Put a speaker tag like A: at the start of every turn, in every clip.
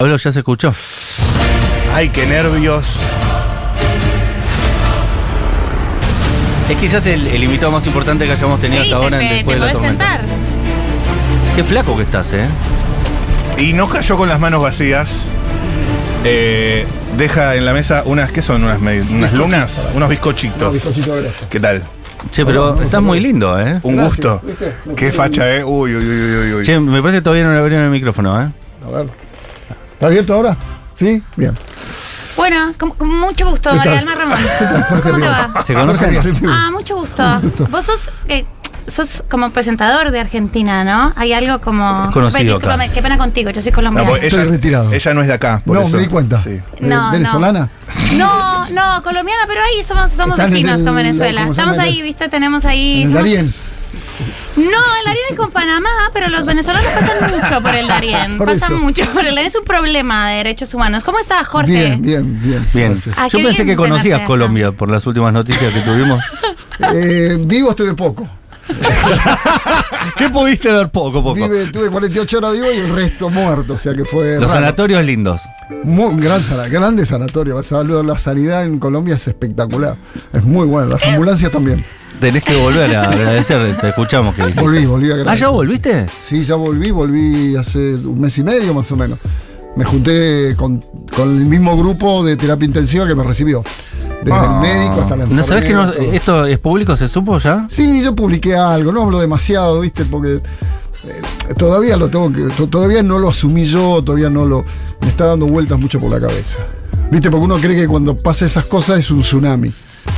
A: Hablo, ya se escuchó.
B: Ay, qué nervios.
A: Es quizás el, el invitado más importante que hayamos tenido hasta ahora
C: te,
A: en
C: te
A: Después de la
C: podés
A: Tormenta.
C: sentar.
A: Qué flaco que estás, ¿eh?
B: Y no cayó con las manos vacías. Eh, deja en la mesa unas, ¿qué son? Unas, me- unas lunas, unos
D: No,
B: bizcochitos.
D: bizcochito de grasa.
B: ¿Qué tal?
A: Che, pero estás muy lindo, ¿eh?
B: Un
D: Gracias,
B: gusto.
D: ¿viste? Me
B: Qué
D: puse
B: facha, ¿eh? Uy, uy, uy, uy, uy.
A: Che, me parece que todavía no le abrieron el micrófono, ¿eh?
D: A ver. ¿Está abierto ahora? ¿Sí? Bien.
C: Bueno, con, con mucho gusto, María Alma Ramón. ¿Cómo te va?
A: ¿Se conocen?
C: Ah, mucho gusto. Vos sos, eh, sos como presentador de Argentina, ¿no? Hay algo como...
A: Es conocido
C: Ve, discúlpame,
A: acá.
C: Qué pena contigo, yo soy colombiana.
B: pues,
D: Estoy retirado.
B: ella no es de acá. por
D: No,
B: eso.
D: me di cuenta.
B: Sí.
D: Eh, ¿Venezolana?
C: No, no, colombiana, pero ahí somos, somos
D: Están en
C: vecinos
D: el-
C: con Venezuela.
D: ¿cómo se llama
C: Estamos
D: el-
C: ahí, viste, tenemos ahí.
D: En el
C: somos-
D: Darién.
C: No, el Darién es con Panamá, pero los venezolanos pasan mucho por el Darién.
D: Por
C: pasan
D: eso.
C: mucho por el Darién. Es un problema de derechos humanos. ¿Cómo está, Jorge?
D: Bien, bien, bien.
A: Bien.
D: Gracias.
C: Ah,
A: Yo
C: qué
A: pensé
C: bien
A: que conocías
C: tenerte acá.
A: Colombia por las últimas noticias que tuvimos.
D: Eh, vivo estuve poco.
A: ¿Qué pudiste ver poco, poco?
D: Vive, estuve 48 horas vivo y el resto muerto. O sea que fue.
A: Los
D: raro.
A: sanatorios lindos.
D: Muy, un gran, sana- grande sanatorio. La, salud, la sanidad en Colombia es espectacular. Es muy buena. Las ambulancias también.
A: Tenés que volver a agradecer, te escuchamos que dijiste.
D: Volví, volví a
A: Ah,
D: agradecer.
A: ¿ya volviste?
D: Sí, ya volví, volví hace un mes y medio más o menos. Me junté con, con el mismo grupo de terapia intensiva que me recibió. Desde
B: Ah.
D: el médico hasta la enfermera.
A: ¿No sabés que no-
D: todo.
A: esto es público? ¿Se supo ya?
D: Sí, yo publiqué algo, no hablo demasiado, ¿viste? Porque eh, todavía lo tengo que. to- Todavía no lo asumí yo, todavía no lo. Me está dando vueltas mucho por la cabeza. ¿Viste? Porque uno cree que cuando pasa esas cosas es un tsunami.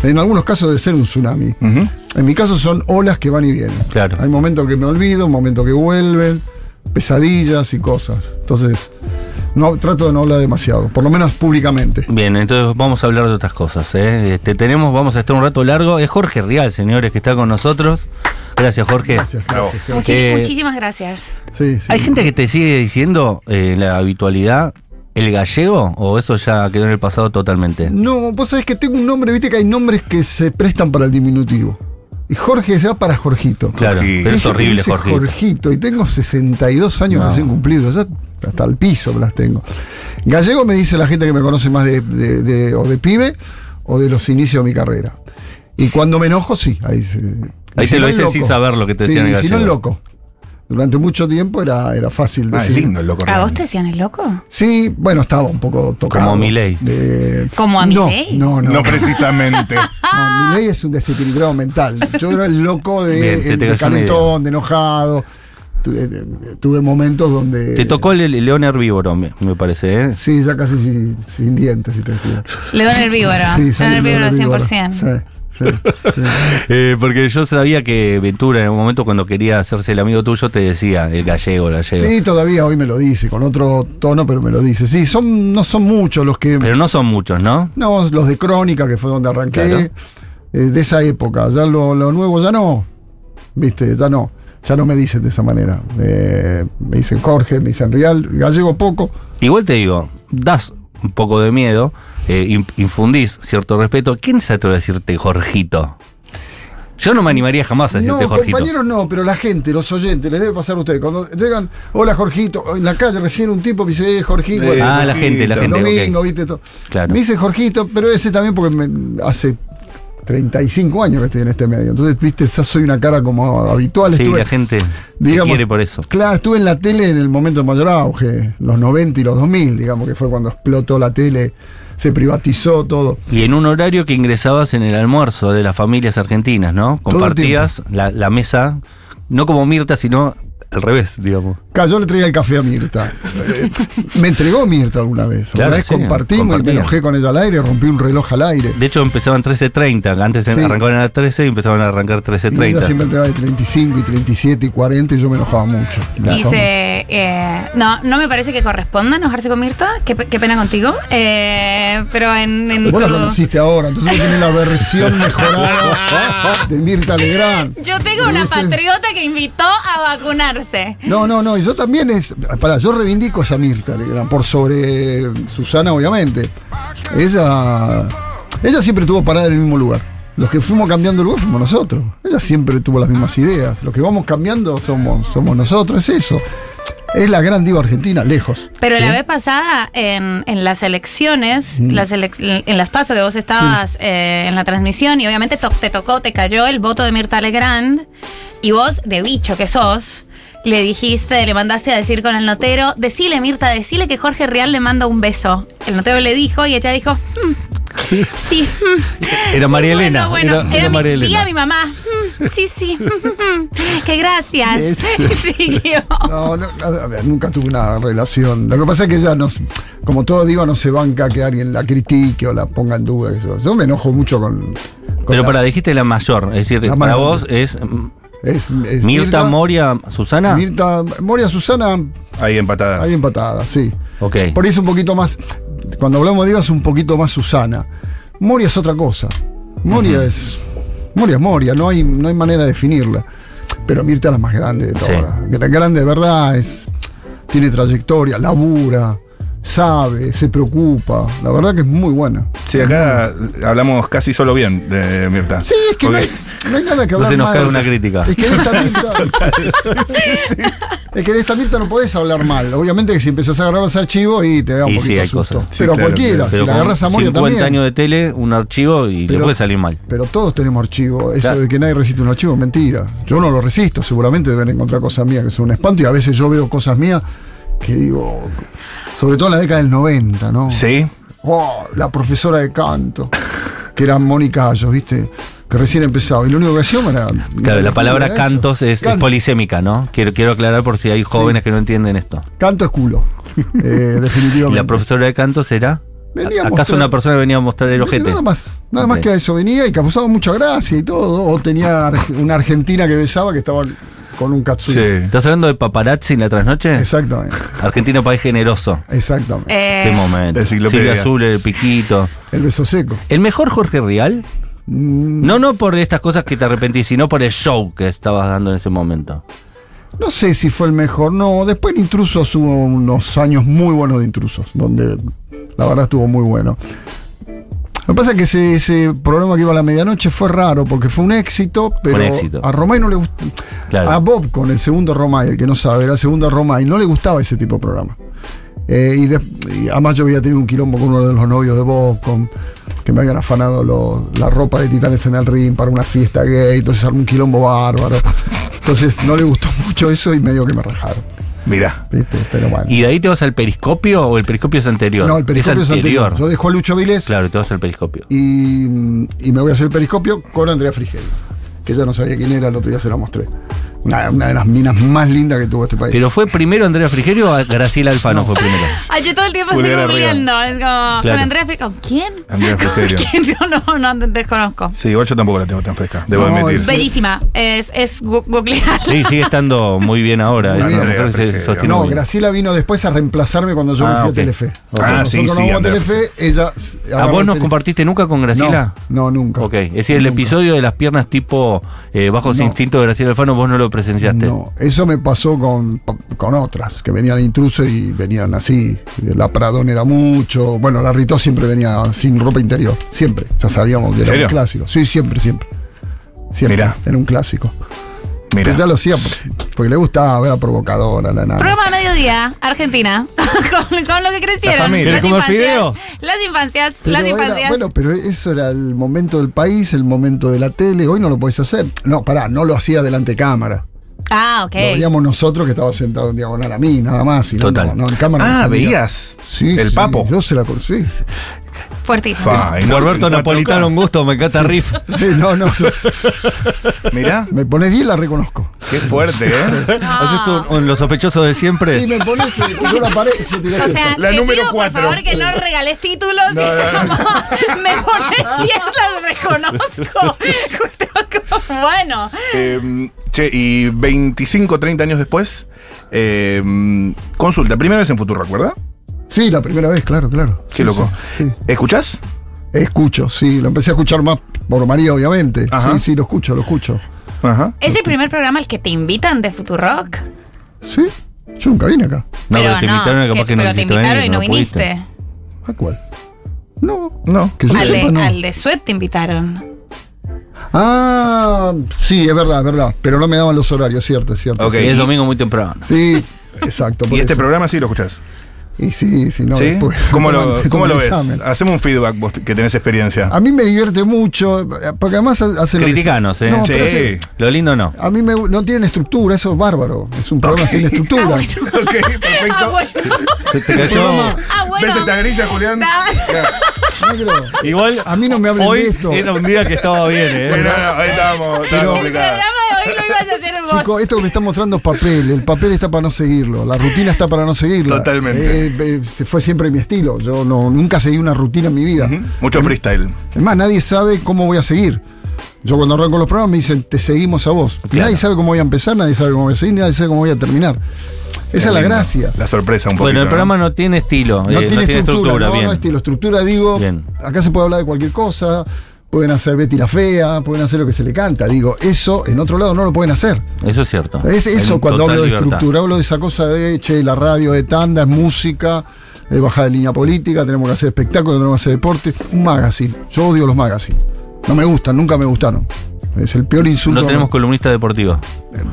D: En algunos casos debe ser un tsunami.
B: Ujú.
D: En mi caso son olas que van y vienen.
A: Claro.
D: Hay momentos que me olvido, momentos que vuelven, pesadillas y cosas. Entonces, no, trato de no hablar demasiado, por lo menos públicamente.
A: Bien, entonces vamos a hablar de otras cosas. ¿eh? Este, tenemos, vamos a estar un rato largo. Es Jorge Rial, señores, que está con nosotros. Gracias, Jorge.
D: Gracias,
B: Bravo.
D: gracias.
C: Muchis-
A: Eh,
C: muchísimas gracias.
D: Sí, sí.
A: Hay gente que te sigue diciendo eh, la habitualidad, el gallego, o eso ya quedó en el pasado totalmente.
D: No, vos sabés que tengo un nombre, viste que hay nombres que se prestan para el diminutivo. Y Jorge se va para Jorgito.
A: Claro,
B: Jorgito.
A: pero es
D: Dije,
A: horrible,
D: dice
A: Jorge.
D: Jorgito, y tengo 62 años
A: No.
D: recién cumplidos, ya hasta el piso las tengo. Gallego me dice la gente que me conoce más de, de- de- o de pibe o de los inicios de mi carrera. Y cuando me enojo, sí, ahí se...
A: Ahí te
D: y si
A: lo
D: no,
A: dicen
D: loco.
A: sin saber lo que te
D: Sí,
A: decían en
D: y si no,
A: gallego.
D: loco. Durante mucho tiempo era, era fácil
B: Ah, es
D: decir.
B: lindo el loco.
C: ¿A vos
B: realmente.
C: te decían el loco?
D: Sí, bueno, estaba un poco tocado.
A: Como Milei.
D: De-
C: ¿Como a
D: no,
C: Milei?
D: no, no,
B: No precisamente.
D: no, Milei es un desequilibrado mental. Yo era el loco de,
A: Bien, se
D: el
A: te
D: de
A: cayó una
D: calentón, de enojado. Tuve, eh, tuve momentos donde.
A: Te tocó el, el león herbívoro, me, me parece. ¿eh?
D: Sí, ya casi sin, sin dientes, si te digo.
C: León Herbívoro. León
D: salió
C: Herbívoro
D: el herbívoro.
C: 100%.
D: Sí, sí, sí.
A: Eh, porque yo sabía que Ventura en un momento cuando quería hacerse el amigo tuyo te decía el gallego, el gallego.
D: Sí, todavía hoy me lo dice, con otro tono, pero me lo dice. Sí, son, no son muchos los que.
A: Pero no son muchos, ¿no?
D: No, los de Crónica, que fue donde arranqué,
A: Claro.
D: eh, de esa época. Ya lo, lo nuevo ya no. Viste, ya no. Ya no me dicen de esa manera. Eh, me dicen Jorge, me dicen Real, gallego poco.
A: Igual te digo, das un poco de miedo, eh, in- infundís cierto respeto. ¿Quién se atreve a decirte Jorgito? Yo no me animaría jamás a
D: No,
A: decirte Jorgito.
D: compañeros no, pero la gente, los oyentes, les debe pasar a ustedes. Cuando llegan, hola Jorgito, en la calle recién un tipo me dice, eh, Jorgito.
B: Eh,
A: ah, la
B: Jorgito.
A: gente, la
D: el
A: gente.
D: domingo,
A: ok.
D: viste. todo.
A: Claro.
D: Me dice Jorgito, pero ese también porque me- hace 35 años que estoy en este medio. Entonces, viste, ya soy una cara como habitual.
A: Sí,
D: Estuve-
A: la gente te
D: digamos,
A: quiere por eso.
D: Claro, estuve en la tele en el momento de mayor auge, los 90 y los 2000, digamos, que fue cuando explotó la tele, se privatizó todo.
A: Y en un horario que ingresabas en el almuerzo de las familias argentinas, ¿no?
D: Todo el
A: Compartías la, la mesa, no como Mirta, sino al revés, digamos.
D: Cayó, le traía el café a Mirta. Eh, me entregó Mirta alguna vez.
A: Claro,
D: una vez
A: sí,
D: compartimos y me
A: compartían.
D: enojé con ella al aire, rompí un reloj al aire.
A: De hecho, empezaban 13.30. Antes
D: Sí.
A: arrancaban a las 13 y empezaban a arrancar
D: Y ella
A: 13.30.
D: siempre entraba de 35 y 37 y 40 y yo me enojaba mucho. Me enojaba
C: Dice, eh, no, no me parece que corresponda enojarse con Mirta, qué, pe- qué pena contigo, eh, pero en, en
D: Vos la
C: tu-
D: conociste ahora, entonces vos tenés la versión mejorada de Mirta Legrand.
C: Yo tengo una
D: Hubiese-
C: patriota que invitó a vacunarse.
D: No, no, no, y yo también es. Pará, yo reivindico a esa Mirta Legrand, por sobre Susana, obviamente. Ella. Ella siempre estuvo parada en el mismo lugar. Los que fuimos cambiando el lugar fuimos nosotros. Ella siempre tuvo las mismas ideas. Los que vamos cambiando somos, somos nosotros, es eso. Es la gran diva argentina, lejos.
C: Pero la vez pasada, en, en las elecciones,
D: Mm.
C: las elec- en las pasos que vos estabas eh, en la transmisión, y obviamente to- te tocó, te cayó el voto de Mirta Legrand, y vos, de bicho que sos, le dijiste, le mandaste a decir con el notero, decile Mirta, decile que Jorge Real le manda un beso. El notero le dijo, y ella dijo, "Mm, sí. mm".
A: Era
C: Sí,
A: María Elena.
C: Bueno, bueno,
A: era, era
C: mi
A: María
C: tía,
A: Elena.
C: mi mamá. Mm, Sí, sí. que gracias. Siguió.
D: No, no, a a ver, nunca tuve una relación. Lo que pasa es que ella, no, se- como todo diva, no se banca que alguien la critique o la ponga en duda. Yo, yo me enojo mucho con. con
A: Pero
D: la-
A: para, dijiste la mayor. Es decir,
D: La
A: para
D: mayor.
A: vos es mm,
D: es- es
A: Mirta, Moria, Susana.
D: Mirta, Moria Susana,
B: Ahí empatadas.
D: ahí empatada, sí.
A: ok.
D: Por eso un poquito más. Cuando hablamos de divas, un poquito más Susana. Moria es otra cosa. Moria es. Moria es Moria, no hay, no hay manera de definirla. Pero Mirta es la más grande de
A: Sí.
D: todas. La grande de verdad es. Tiene trayectoria, labura, sabe, se preocupa. La verdad que es muy buena.
B: Sí, acá hablamos casi solo bien de Mirta.
D: Sí, es que no hay, no hay nada que
A: No
D: hablar.
A: se nos
D: mal.
A: cae una crítica.
D: Es que de esta Mirta. Es que de esta Mirta no podés hablar mal. Obviamente que si empezás a agarrar los archivos y te da un
A: Y sí,
D: poquito de
A: hay
D: susto.
A: cosas.
B: Sí,
D: Pero a
B: claro,
D: cualquiera,
B: claro.
A: Pero
D: si la
A: con
D: agarras a Moria
A: 50
D: también.
A: años de tele, un archivo y le
D: Pero-
A: puede salir mal.
D: Pero todos tenemos archivos. Eso
A: Claro.
D: de que nadie resiste un archivo es mentira. Yo no lo resisto. Seguramente deben encontrar cosas mías que son un espanto. Y a veces yo veo cosas mías que digo. Sobre todo en la década del 90, ¿no?
B: Sí.
D: Oh, la profesora de canto, que era Mónica Ayos, ¿viste? Que recién empezaba. Y lo único que hacía era.
A: Claro, la palabra
D: era eso.
A: cantos es, es
D: Canto.
A: polisémica, ¿no? Quiero, quiero aclarar por si hay jóvenes que no entienden esto.
D: Canto es culo. Eh,
A: Y
D: definitivamente.
A: la profesora de cantos era.
D: Venía a
A: ¿Acaso
D: mostrar-
A: una persona venía a mostrar el ojete?
D: Nada más, nada más
A: Ok.
D: que a eso venía y causaba mucha gracia y todo. O tenía ar- una argentina que besaba que estaba con un katsuyo.
B: Sí.
A: ¿Estás hablando de paparazzi en la trasnoche?
D: Exactamente,
A: Argentino país generoso.
D: exactamente.
C: Eh,
A: Qué momento.
B: enciclopedia.
A: Silvia Azul, el piquito.
D: El beso seco.
A: ¿El mejor Jorge Rial?
D: Mm,
A: No, no por estas cosas que te arrepentís, sino por el show que estabas dando en ese momento.
D: No sé si fue el mejor, no. Después en Intrusos hubo unos años muy buenos de Intrusos, donde la verdad estuvo muy bueno. Lo que pasa es que ese, ese programa que iba a la medianoche fue raro, porque fue un éxito, pero
A: un éxito.
D: a Romay no le gustó.
A: Claro.
D: A Bob con el segundo Romay, el que no sabe, era el segundo Romay, no le gustaba ese tipo de programa. Eh, y, de- y además yo había tenido un quilombo con uno de los novios de Bob, con, que me habían afanado lo- la ropa de Titanes en el ring para una fiesta gay, entonces armó un quilombo bárbaro. Entonces no le gustó mucho eso y medio que me rajaron.
B: Mirá.
D: ¿viste? Pero bueno.
A: ¿Y de ahí te vas al periscopio o el periscopio es anterior?
D: no, el periscopio es anterior. Yo dejo a Lucho Vilés
A: Claro, te vas al periscopio.
D: y, y me voy a hacer el periscopio con Andrea Frigel, que ya no sabía quién era, el otro día se la mostré. Una, una de las minas más lindas que tuvo este país.
A: ¿Pero fue primero Andrea Frigerio o Graciela Alfano fue primero?
C: ay, yo todo el tiempo estoy
B: Pulgar arriba.
C: googleando. Es como, con
A: Claro.
C: Andrea Fi- ¿Con quién?
B: Andrea Frigerio.
C: ¿Con quién? Yo no, no, no desconozco.
B: Sí, igual yo tampoco la tengo tan fresca. Debo
D: No,
B: admitir.
D: es-
C: Bellísima. Es, es gu- googlear.
A: Sí, sigue estando muy bien ahora. Es
D: Muy
A: una
D: bien.
A: mujer que se
B: Frigerio.
A: sostiene
D: no,
A: muy bien.
D: Graciela vino después a reemplazarme cuando yo me
A: Ah,
D: fui
A: ok.
D: a Telefe.
B: Ah, sí,
D: Nosotros
B: sí,
D: nos vamos a
B: Andrea.
D: Telefe, ella.
A: ¿A vos nos
D: compartís
A: compartiste nunca con Graciela?
D: No, nunca.
A: Ok, es decir, el
D: Nunca.
A: episodio de las piernas tipo eh, Bajo ese
D: No.
A: instinto de Graciela Alfano, vos no lo presenciaste.
D: No, eso me pasó con, con otras, que venían intrusos y venían así. La Pradón era mucho. Bueno, la Ritó siempre venía sin ropa interior. Siempre. Ya sabíamos que era
B: serio?
D: un clásico. Sí, siempre, siempre. Siempre.
B: Mirá.
D: Era un clásico.
B: Mirá.
D: Pero ya lo hacía porque le gustaba, era provocadora, la nada.
C: Programa Mediodía, Argentina. con, con lo que crecieron.
B: La familia.
C: Las
A: ¿Quieres comer
C: infancias.
A: fideo?
C: Las infancias.
D: Pero
C: las
D: era-
C: infancias.
D: bueno, pero eso era el momento del país, el momento de la tele. Hoy no lo podés hacer. No, pará, no lo hacía delante de cámara.
C: ah, ok.
D: Lo veíamos nosotros que estaba sentado en diagonal a mí, nada más. y no,
A: Total.
D: No, no, en cámara no
B: Ah,
D: salía.
B: veías.
D: Sí,
B: El
D: sí,
B: papo.
D: Yo se la conocí. Sí,
C: Fuertísimo.
B: Fa, en-
A: Norberto
B: en 4K.
A: Napolitano, un gusto, me encanta Riff.
D: Sí, no, no. no.
B: Mirá.
D: Me pones 10 y la reconozco.
B: Qué fuerte, ¿eh?
C: Ah.
A: ¿Haces tú un- los sospechosos de siempre?
D: Sí, me pones eh, yo la pared, yo te voy a
C: O
D: hacer
C: sea,
D: esto.
B: La
C: te
B: número
C: pido,
B: cuatro.
C: Por favor, que no regales títulos.
B: No, no, no.
C: me pones 10, las reconozco. Justo como, bueno.
B: Eh, che, y 25, 30 años después, eh, consulta. Primera vez en Futuro, ¿verdad?
D: Sí, la primera vez, claro, claro.
B: Qué loco.
D: Sí, sí.
B: ¿Escuchás?
D: Escucho, sí, lo empecé a escuchar más por María, obviamente.
B: Ajá.
D: Sí, sí, lo escucho, lo escucho.
B: Ajá.
C: ¿Es el primer programa al que te invitan de Futurock?
D: Sí, yo nunca vine acá.
A: No, pero te invitaron y capaz que no
C: pero te
A: quisiste
C: invitaron
A: venir,
C: y no,
A: no pudiste.
C: viniste.
D: ¿A cuál? No,
B: No. este
D: que yo
C: Al
D: sepa,
C: de,
D: no.
C: al de Sweat te invitaron.
D: Ah, sí, es verdad, es verdad. Pero no me daban los horarios, cierto, es cierto.
B: Ok.
A: Y es domingo muy temprano.
D: Sí, Exacto. por
B: Y este
D: eso.
B: programa sí lo escuchás.
D: Y sí, sí, no.
B: ¿Sí?
D: después-
B: ¿Cómo lo,
D: toman-
B: cómo
D: toman
B: lo ves?
D: examen.
B: Haceme un feedback vos que tenés experiencia.
D: A mí me divierte mucho, porque además hace lo que-
A: Criticanos, ¿eh?
D: No,
B: Sí.
D: pero sí.
A: Lo lindo no.
D: A mí me, no tienen estructura, eso es bárbaro. Es un programa sin estructura.
C: Ah, bueno.
B: Ok, perfecto.
C: Ah, bueno.
A: Se te cayó.
D: programa-
C: Ah, bueno.
B: ¿Ves esta grilla, Julián?
C: Ah.
B: Ya.
D: Negro,
A: Igual.
D: A mí no me hablen
A: hoy
D: de esto.
A: Era un día que estaba bien,
B: Sí,
A: ¿eh?
B: no, no, ahí estábamos,
D: Pero-
B: estábamos
C: El
B: complicados.
C: programa de hoy lo ibas a hacer vos.
D: Chicos, esto que me están mostrando es papel. El papel está para no seguirlo. La rutina está para no seguirla.
B: Totalmente.
D: Eh, eh, se fue siempre mi estilo. Yo no, nunca seguí una rutina en mi vida.
B: Ujú. Mucho freestyle.
D: Es más, nadie sabe cómo voy a seguir. Yo cuando arranco los programas me dicen, te seguimos a vos.
A: Claro.
D: Nadie sabe cómo voy a empezar, nadie sabe cómo voy a seguir, nadie sabe cómo voy a terminar. Esa es, la
B: lindo.
D: gracia.
B: La sorpresa un poco.
A: Bueno, el programa no tiene estilo. eh,
D: No tiene estructura, no,
A: bien.
D: no estilo. Estructura digo,
A: Bien.
D: acá se puede hablar de cualquier cosa, pueden hacer Betty la fea, pueden hacer lo que se le canta. Digo, eso en otro lado no lo pueden hacer.
A: Eso es cierto.
D: Es eso
A: Hay
D: cuando
A: total
D: hablo de
A: libertad.
D: estructura, hablo de esa cosa de che, la radio de tanda, es música, eh, bajada de línea política, tenemos que hacer espectáculos, tenemos que hacer deporte, un magazine. Yo odio los magazines. No me gustan, nunca me gustaron. Es el peor insulto. Eh,
A: No tenemos columnista deportivo.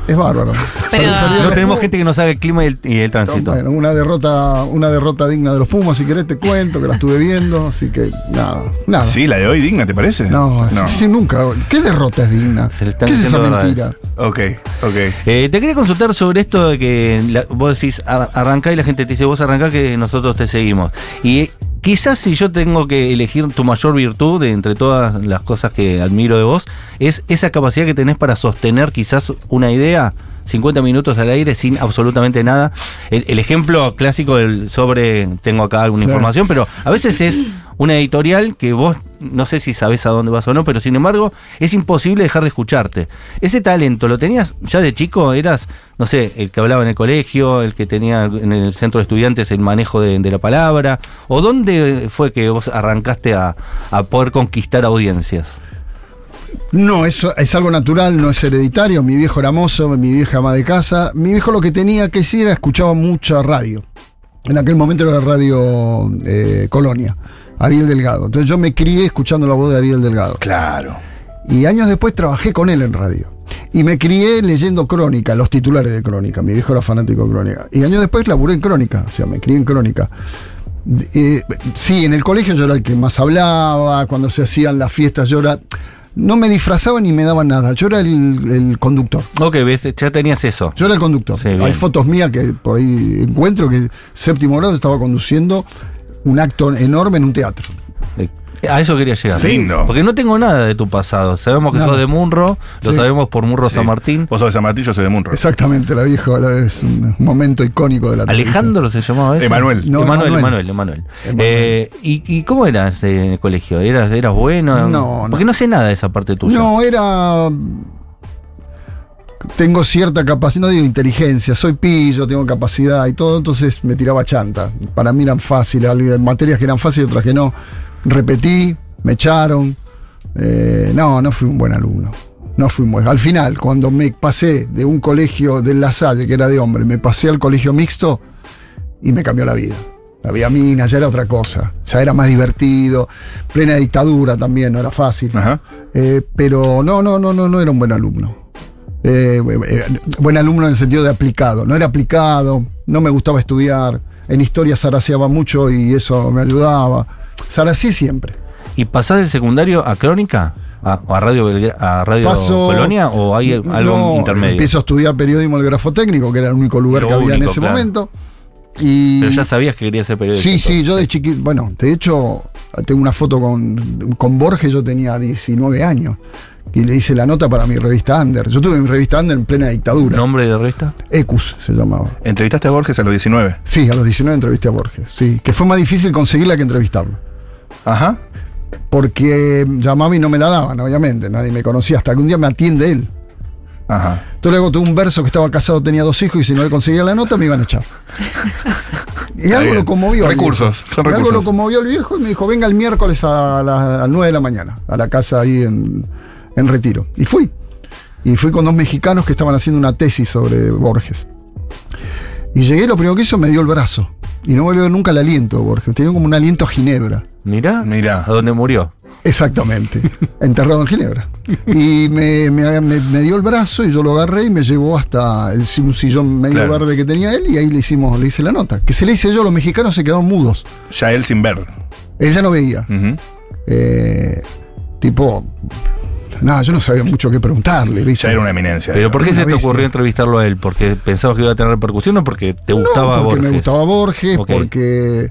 D: Es bárbaro.
C: Pero-
D: perdí-
A: No tenemos gente que nos haga el clima y el, y el tránsito.
D: Ah, Bueno, una derrota, una derrota digna de los Pumas, si querés te cuento, que la estuve viendo, así que nada, nada.
B: Sí, la de hoy digna, ¿te parece?
D: Ah. No, sí, sí, nunca. ¿Qué derrota es digna?
A: Se le están
D: ¿Qué es esa
A: diciendo verdades.
D: mentira?
B: Ok, ok.
A: Eh, te quería consultar sobre esto de que la- vos decís "Ar- arrancá y la gente te dice vos arrancá que nosotros te seguimos. Y eh, quizás si yo tengo que elegir tu mayor virtud de entre todas las cosas que admiro de vos, es esa capacidad que tenés para sostener quizás una idea. 50 minutos al aire sin absolutamente nada. El, el ejemplo clásico del sobre, tengo acá alguna
D: Claro.
A: información, pero a veces es una editorial que vos no sé si sabes a dónde vas o no, pero sin embargo es imposible dejar de escucharte. Ese talento, ¿lo tenías ya de chico? ¿Eras, no sé, el que hablaba en el colegio, el que tenía en el centro de estudiantes el manejo de, de la palabra? ¿O dónde fue que vos arrancaste a, a poder conquistar audiencias?
D: No, eso es algo natural, no es hereditario. Mi viejo era mozo, mi vieja ama de casa. Mi viejo lo que tenía que sí era escuchaba mucha radio. En aquel momento era Radio eh, Colonia, Ariel Delgado. Entonces yo me crié escuchando la voz de Ariel Delgado.
B: Claro.
D: Y años después trabajé con él en radio. Y me crié leyendo Crónica, los titulares de Crónica. Mi viejo era fanático de Crónica. Y años después laburé en Crónica, o sea, me crié en Crónica. Eh, sí, en el colegio yo era el que más hablaba, cuando se hacían las fiestas yo era... No me disfrazaba ni me daban nada, yo era el, el conductor.
A: Ok, ves, ya tenías eso.
D: Yo era el conductor.
A: Sí, bien.
D: Hay fotos mías que por ahí encuentro que séptimo grado estaba conduciendo un acto enorme en un teatro.
A: Eh, A eso quería llegar.
B: Lindo.
A: Porque no tengo nada de tu pasado. Sabemos que
D: Nada.
A: sos de Munro, lo
D: Sí.
A: sabemos por Munro
B: Sí.
A: San Martín.
B: Vos sos de San Martín, yo soy de Munro.
D: Exactamente, la vieja la- es un momento icónico de la televisión.
A: Alejandro se llamaba ese.
B: Emanuel.
D: No,
A: Emanuel, Emanuel,
D: Emanuel.
A: Emanuel. Eh, ¿y, y cómo eras eh, en el colegio? ¿Eras, eras bueno?
D: No, no.
A: Porque no sé nada de esa parte tuya.
D: No, era. Tengo cierta capacidad, no digo inteligencia, soy pillo, tengo capacidad y todo, entonces me tiraba chanta. Para mí eran fáciles, había materias que eran fáciles, otras que no. Repetí, me echaron. Eh, no, no fui un buen alumno. No fui un buen. Al final, cuando me pasé de un colegio de La Salle, que era de hombre, me pasé al colegio mixto y me cambió la vida. Había minas, ya era otra cosa. Ya era más divertido. Plena dictadura también, no era fácil.
B: Ajá.
D: Eh, pero no, no, no, no, no era un buen alumno. Eh, eh, buen alumno en el sentido de aplicado. No era aplicado, no me gustaba estudiar. En historia zaraseaba mucho y eso me ayudaba. Zarací siempre.
A: ¿Y pasás del secundario a Crónica? ¿A, o a Radio, Belgra- a radio
D: Paso-
A: Colonia? ¿O hay algo
D: No, eh,
A: intermedio?
D: Empiezo a estudiar periodismo al grafotécnico, que era el único lugar
A: Lo
D: que había en
A: único,
D: ese
A: claro.
D: momento. Y
A: Pero ya sabías que querías ser periodista.
D: Sí, sí, yo de chiquito, bueno, de hecho, tengo una foto con, con Borges, yo tenía 19 años, y le hice la nota para mi revista Under. Yo tuve mi revista Under en plena dictadura.
A: ¿Nombre de revista?
D: Ecus se llamaba.
B: Entrevistaste a Borges a los 19.
D: Sí, a los 19 entrevisté a Borges, sí, que fue más difícil conseguirla que entrevistarlo.
B: Ajá.
D: Porque mm, llamaba y no me la daban, obviamente, nadie me conocía, hasta que un día me atiende él.
B: Ajá.
D: Entonces luego tuve un verso que estaba casado, tenía dos hijos y si no le conseguía la nota me iban a echar. Y
B: Está
D: algo
B: bien.
D: lo conmovió. al
B: Recursos,
D: viejo.
B: son
D: Y Algo
B: recursos.
D: lo conmovió al viejo y me dijo, venga el miércoles a las 9 de la mañana, a la casa ahí en, en Retiro. Y fui. Y fui con dos mexicanos que estaban haciendo una tesis sobre Borges. Y llegué, lo primero que hizo me dio el brazo. Y no volvió nunca el aliento, de Borges. Tenía como un aliento a Ginebra.
A: Mirá.
B: Mirá.
A: ¿A dónde murió?
D: Exactamente, enterrado en Ginebra. Y me, me- me- me dio el brazo y yo lo agarré y me llevó hasta el, un sillón medio
B: Claro.
D: verde que tenía él y ahí le hicimos, le hice la nota. Que se le hice yo, los mexicanos se quedaron mudos.
B: Ya él sin ver.
D: Ella no veía.
B: Ujú.
D: Eh, tipo, nada, yo no sabía mucho qué preguntarle. ¿viste?
B: Ya era una eminencia.
A: ¿Pero por qué
D: Una
A: se te
D: bestia.
A: ocurrió entrevistarlo a él? ¿Porque pensabas que iba a tener repercusión o porque te
D: No,
A: gustaba
D: porque
A: Borges?
D: me gustaba Borges,
A: Ok.
D: porque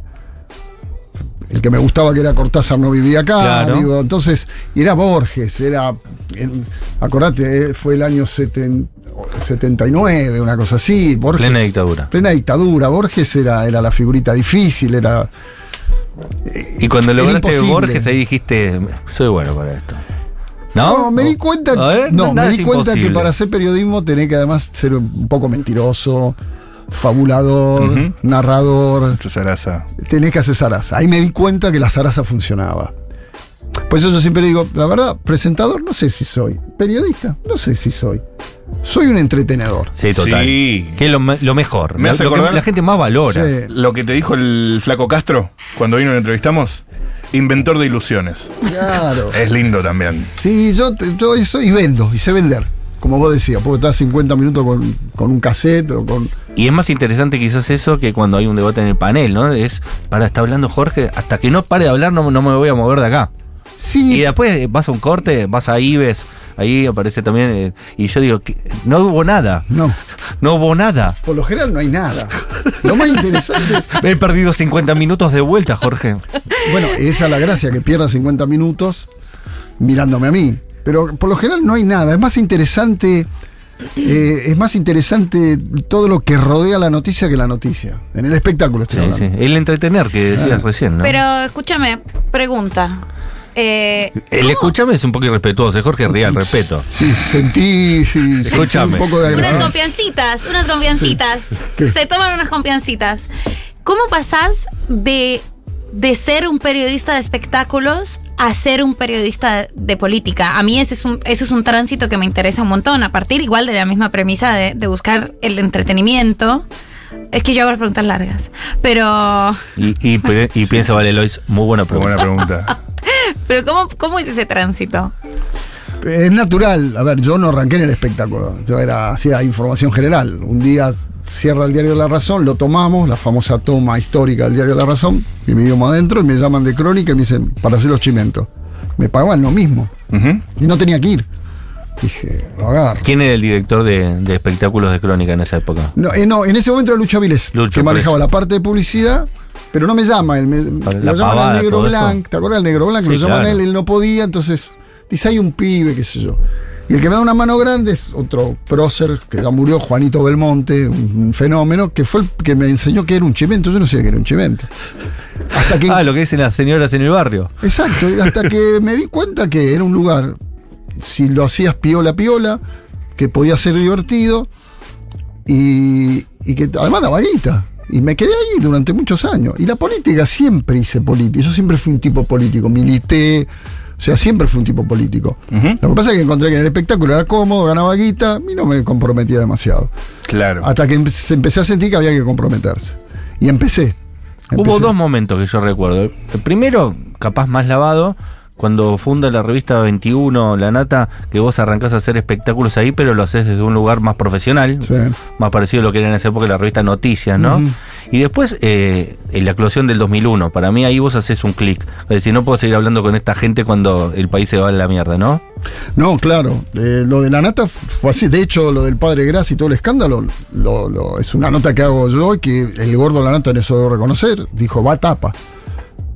D: el que me gustaba que era Cortázar no vivía acá,
A: Claro.
D: digo, entonces, y era Borges, era, en- acordate, eh, fue el año seten- 79, una cosa así, Borges.
A: Plena dictadura.
D: Plena dictadura, Borges era, era la figurita difícil, era...
A: Y cuando
D: Era
A: lograste
D: imposible.
A: Borges ahí dijiste, soy bueno para esto. ¿No?
D: me di cuenta,
A: ¿Ah? A ver,
D: no, me
A: nada
D: di
A: es
D: cuenta que
A: imposible.
D: para hacer periodismo tenés que además ser un poco mentiroso, fabulador,
B: Ujú.
D: narrador,
B: Su zaraza.
D: tenés que hacer zaraza. Ahí me di cuenta que la zaraza funcionaba. Por eso yo siempre digo, la verdad, presentador no sé si soy. Periodista, no sé si soy. Soy un entretenedor.
A: Sí, total.
B: Sí.
A: Que es lo, me- lo mejor.
B: Me
A: la,
B: hace
A: lo que
B: acordar-
A: la gente más valora.
D: Sí.
B: Lo que te dijo el flaco Castro cuando vino y lo entrevistamos, inventor de ilusiones.
D: Claro.
B: Es lindo también.
D: Sí, yo, te- yo eso y vendo, y sé vender. Como vos decías, puedo estar 50 minutos con, con un cassette o con.
A: Y es más interesante quizás eso que cuando hay un debate en el panel, ¿no? Es, para, está hablando Jorge, hasta que no pare de hablar no, no me voy a mover de acá. Y
D: Sí,
A: después vas a un corte, vas a Ives, ahí aparece también, eh, y yo digo, "¿Qué? no hubo nada,
D: no.
A: no hubo nada.
D: Por lo general no hay nada. Lo más interesante.
A: He perdido 50 minutos de vuelta, Jorge.
D: Bueno, esa es la gracia, que pierda 50 minutos mirándome a mí. Pero por lo general no hay nada. Es más interesante. eh, es más interesante todo lo que rodea la noticia que la noticia. En el espectáculo estoy
A: Sí, sí.
D: hablando.
A: El entretener que decías
D: Claro.
A: recién, ¿no?
C: Pero escúchame, pregunta. Eh,
A: el escuchame es un poco irrespetuoso, Jorge Real, respeto.
D: Sí, sentí, sí, sentí
A: Escúchame.
D: un poco de
C: unas
D: agrado.
C: confiancitas, unas confiancitas.
D: ¿Qué?
C: Se toman unas confiancitas. ¿Cómo pasás de, de ser un periodista de espectáculos a ser un periodista de política? A mí ese es un, ese es un tránsito que me interesa un montón, a partir igual de la misma premisa de, de buscar el entretenimiento. Es que yo hago las preguntas largas, pero,
A: Y, y, pe- y piensa, vale, Lois, muy buena
B: Pero
A: pregunta.
B: buena pregunta.
C: pero ¿cómo, ¿cómo es ese tránsito?
D: Es natural. A ver, yo no arranqué en el espectáculo. Yo era, hacía información general. Un día cierra el diario La Razón, lo tomamos, la famosa toma histórica del diario La Razón, y me íbamos adentro y me llaman de crónica y me dicen, para hacer los chimentos. Me pagaban lo mismo.
B: Ujú.
D: Y no tenía que ir. Dije, lo agarro.
A: ¿Quién era el director de, de espectáculos de crónica en esa época?
D: No, eh, no, en ese momento era Lucho Avilés,
A: Lucho,
D: que
A: por
D: manejaba
A: eso.
D: la parte de publicidad, pero no me llama. Él me,
A: Para
D: lo
A: la
D: llaman
A: pavada,
D: al negro
A: todo eso.
D: blanco. ¿Te acuerdas del negro blanco?
A: Sí,
D: lo llaman a
A: claro.
D: él, él no podía, entonces dice, hay un pibe, qué sé yo. Y el que me da una mano grande es otro prócer que ya murió, Juanito Belmonte, un fenómeno, que fue el que me enseñó que era un chimento. Yo no sabía que era un chimento. Hasta que
A: Ah, lo que dicen las señoras en el barrio.
D: Exacto, hasta que me di cuenta que era un lugar, si lo hacías piola piola, que podía ser divertido y, y que además daba guita. Y me quedé ahí durante muchos años. Y la política, siempre hice política. Yo siempre fui un tipo político, milité. O sea, siempre fui un tipo político.
B: Ujú.
D: Lo que pasa es que encontré que en el espectáculo era cómodo, ganaba guita y no me comprometía demasiado.
B: Claro.
D: Hasta que empe- se empecé a sentir que había que comprometerse. Y empecé.
A: Hubo
D: Empecé.
A: dos momentos que yo recuerdo. El primero, capaz más lavado, cuando funda la revista 21 La Nata, que vos arrancás a hacer espectáculos ahí, pero lo haces desde un lugar más profesional,
D: Sí.
A: más parecido a lo que era en esa época la revista Noticias, ¿no?
D: Ujú.
A: Y después, eh, en la eclosión del 2001, para mí ahí vos haces un clic. Es decir, no puedo seguir hablando con esta gente cuando el país se va a la mierda, ¿no?
D: No, claro. eh, lo de la nata fue así. De hecho, lo del padre Gras y todo el escándalo lo- lo- es una nota que hago yo y que el gordo de la nata en eso debo reconocer. Dijo, va tapa.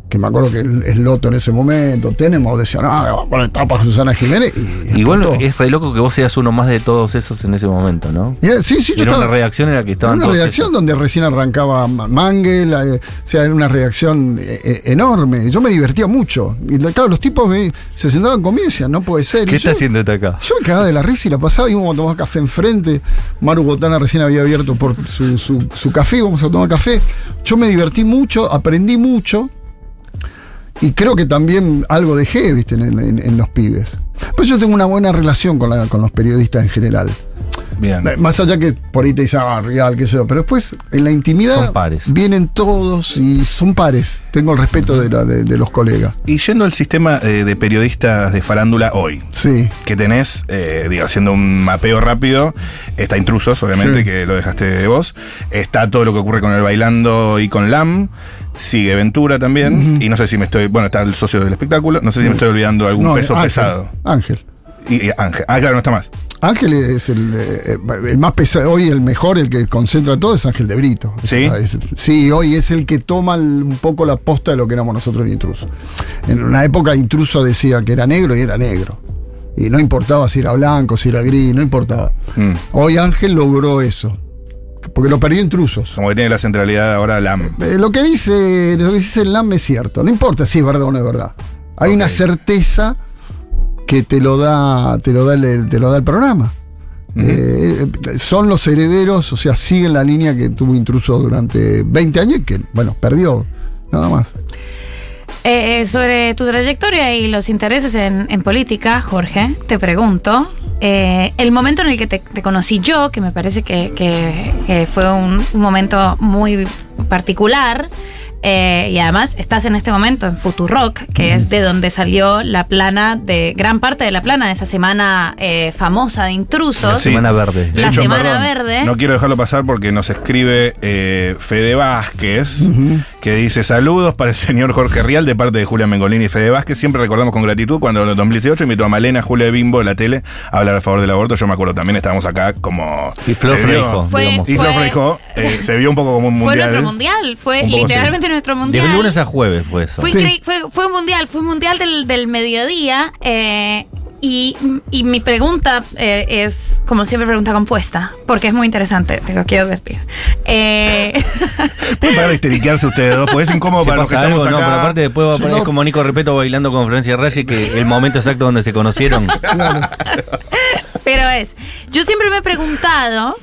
D: Que me acuerdo que el, el Loto en ese momento, tenemos, decían, ah, va a poner tapa a Susana Jiménez. Y,
A: Igual
D: explotó.
A: es re loco que vos seas uno más de todos esos en ese momento, ¿no?
D: Y era- sí, sí, yo
A: Era
D: estaba-
A: una redacción en la que
D: Era
A: estaban
D: una
A: todos
D: redacción
A: esos.
D: donde recién arrancaba Ma- Mangel, eh, o sea, era una redacción eh, eh, enorme. Yo me divertía mucho. Y lo- claro, los tipos me- se sentaban conmigo y decían, no puede ser.
A: ¿Qué
D: Y
A: está
D: yo-
A: haciendo esta acá?
D: Yo me cagaba de la risa y la pasaba, íbamos a tomar café enfrente. Maru Botana recién había abierto por su, su- su café, íbamos a tomar café. Yo me divertí mucho, aprendí mucho. Y creo que también algo dejé, Pues viste, en, en- en los pibes. Pero yo tengo una buena relación con, la- con los periodistas en general.
B: Bien.
D: Eh, Más allá que por ahí te dicen, ah, real, qué sé yo. Pero después, en la intimidad,
A: Son pares.
D: vienen todos y son pares. Tengo el respeto de, la- de- de los colegas.
B: Y yendo al sistema eh, de periodistas de farándula hoy,
D: Sí.
B: que tenés, eh, digo, haciendo un mapeo rápido, está Intrusos, obviamente,
D: Sí.
B: que lo dejaste vos, está todo lo que ocurre con el Bailando y con LAM, sigue Ventura también, y no sé si me estoy, bueno, está el socio del espectáculo, no sé si me estoy olvidando algún
D: No,
B: peso
D: Ángel,
B: pesado.
D: Ángel.
B: Y, y Ángel, ah, claro, no está más.
D: Ángel es el, eh, el más pesado, hoy el mejor, el que concentra todo es Ángel de Brito.
B: ¿Sí?
D: Es- sí, hoy es el que toma el- un poco la posta de lo que éramos nosotros en Intruso. En una época Intruso decía que era negro y era negro. Y no importaba si era blanco, si era gris, no importaba.
B: Mm.
D: Hoy Ángel logró eso. Porque lo perdió Intrusos.
B: Como que tiene la centralidad ahora LAM.
D: Eh, lo que dice, lo que dice el LAM es cierto. No importa si es verdad o no es verdad. Hay una
B: Ok.
D: certeza que te lo da, te lo da el, te lo da el programa. Eh, eh, son los herederos, o sea, siguen la línea que tuvo intruso durante 20 años y que, bueno, perdió. Nada más.
C: Eh, eh, sobre tu trayectoria y los intereses en, en política, Jorge, te pregunto, eh, el momento en el que te, te conocí yo, que me parece que, que- que fue un, un momento muy particular, eh, y además estás en este momento en Futurock, que es de donde salió la plana de gran parte de la plana de esa semana eh, famosa de intrusos.
B: Sí.
A: Semana Verde.
C: La Semana Verde.
B: No quiero dejarlo pasar porque nos escribe eh, Fede Vázquez, que dice saludos para el señor Jorge Rial de parte de Julia Mengolini y Fede Vázquez. Siempre recordamos con gratitud cuando en el 2018 invitó a Malena, Julia Bimbo de la tele a hablar a favor del aborto. Yo me acuerdo también, estábamos acá como...
A: Y Flor
B: se vio-
A: Freijo,
C: Fue- digamos.
B: Y Flor
C: fue-
B: Freijo, eh, se vio un poco como un
C: Fue
B: mundial.
C: nuestro mundial, fue
B: Un poco
C: literalmente nuestro
A: De
C: mundial.
A: lunes a jueves fue eso.
C: Fue,
D: Sí.
C: increí- fue, fue un mundial, fue un mundial del, del mediodía. eh, y, y mi pregunta eh, es, como siempre, pregunta compuesta, porque es muy interesante, te lo quiero advertir. Eh,
B: Pueden parar de histeriquearse ustedes dos, porque es incómodo
A: Si
B: para los que
A: pasa
B: estamos
A: algo, no,
B: acá.
A: pero aparte después va a poner
D: no-
A: como Nico Repeto bailando con Francia Reyes, que el momento exacto donde se conocieron.
C: pero es, yo siempre me he preguntado,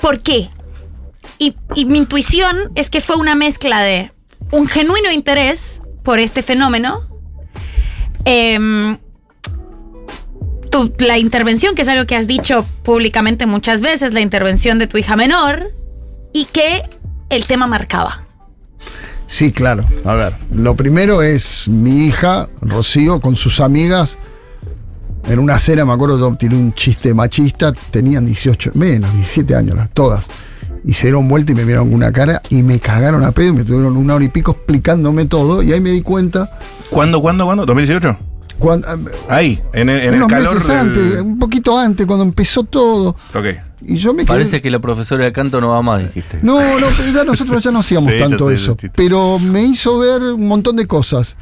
C: ¿por qué? Y, y mi intuición es que fue una mezcla de un genuino interés por este fenómeno, em, tu- la intervención, que es algo que has dicho públicamente muchas veces, la intervención de tu hija menor, y que el tema marcaba.
D: Sí, claro. A ver, lo primero es mi hija, Rocío, con sus amigas. En una cena, me acuerdo, yo tiré un chiste machista. Tenían 18, menos, 17 años, las- todas. Y se dieron vuelta y me vieron con una cara y me cagaron a pedo y me tuvieron una hora y pico explicándome todo. Y ahí me di cuenta.
B: ¿Cuándo, cuándo, cuándo? ¿2018?
D: Cuando,
B: Ahí, en, el- en el
D: unos
B: calor
D: meses
B: del-
D: antes, un poquito antes, cuando empezó todo.
B: Ok.
D: Y yo me quedé.
A: Parece que la profesora de canto no va más, dijiste.
D: No, no, pero ya nosotros ya no hacíamos
B: Sí, ya
D: tanto
B: sé,
D: eso.
B: ya chiste.
D: Pero me hizo ver un montón de cosas.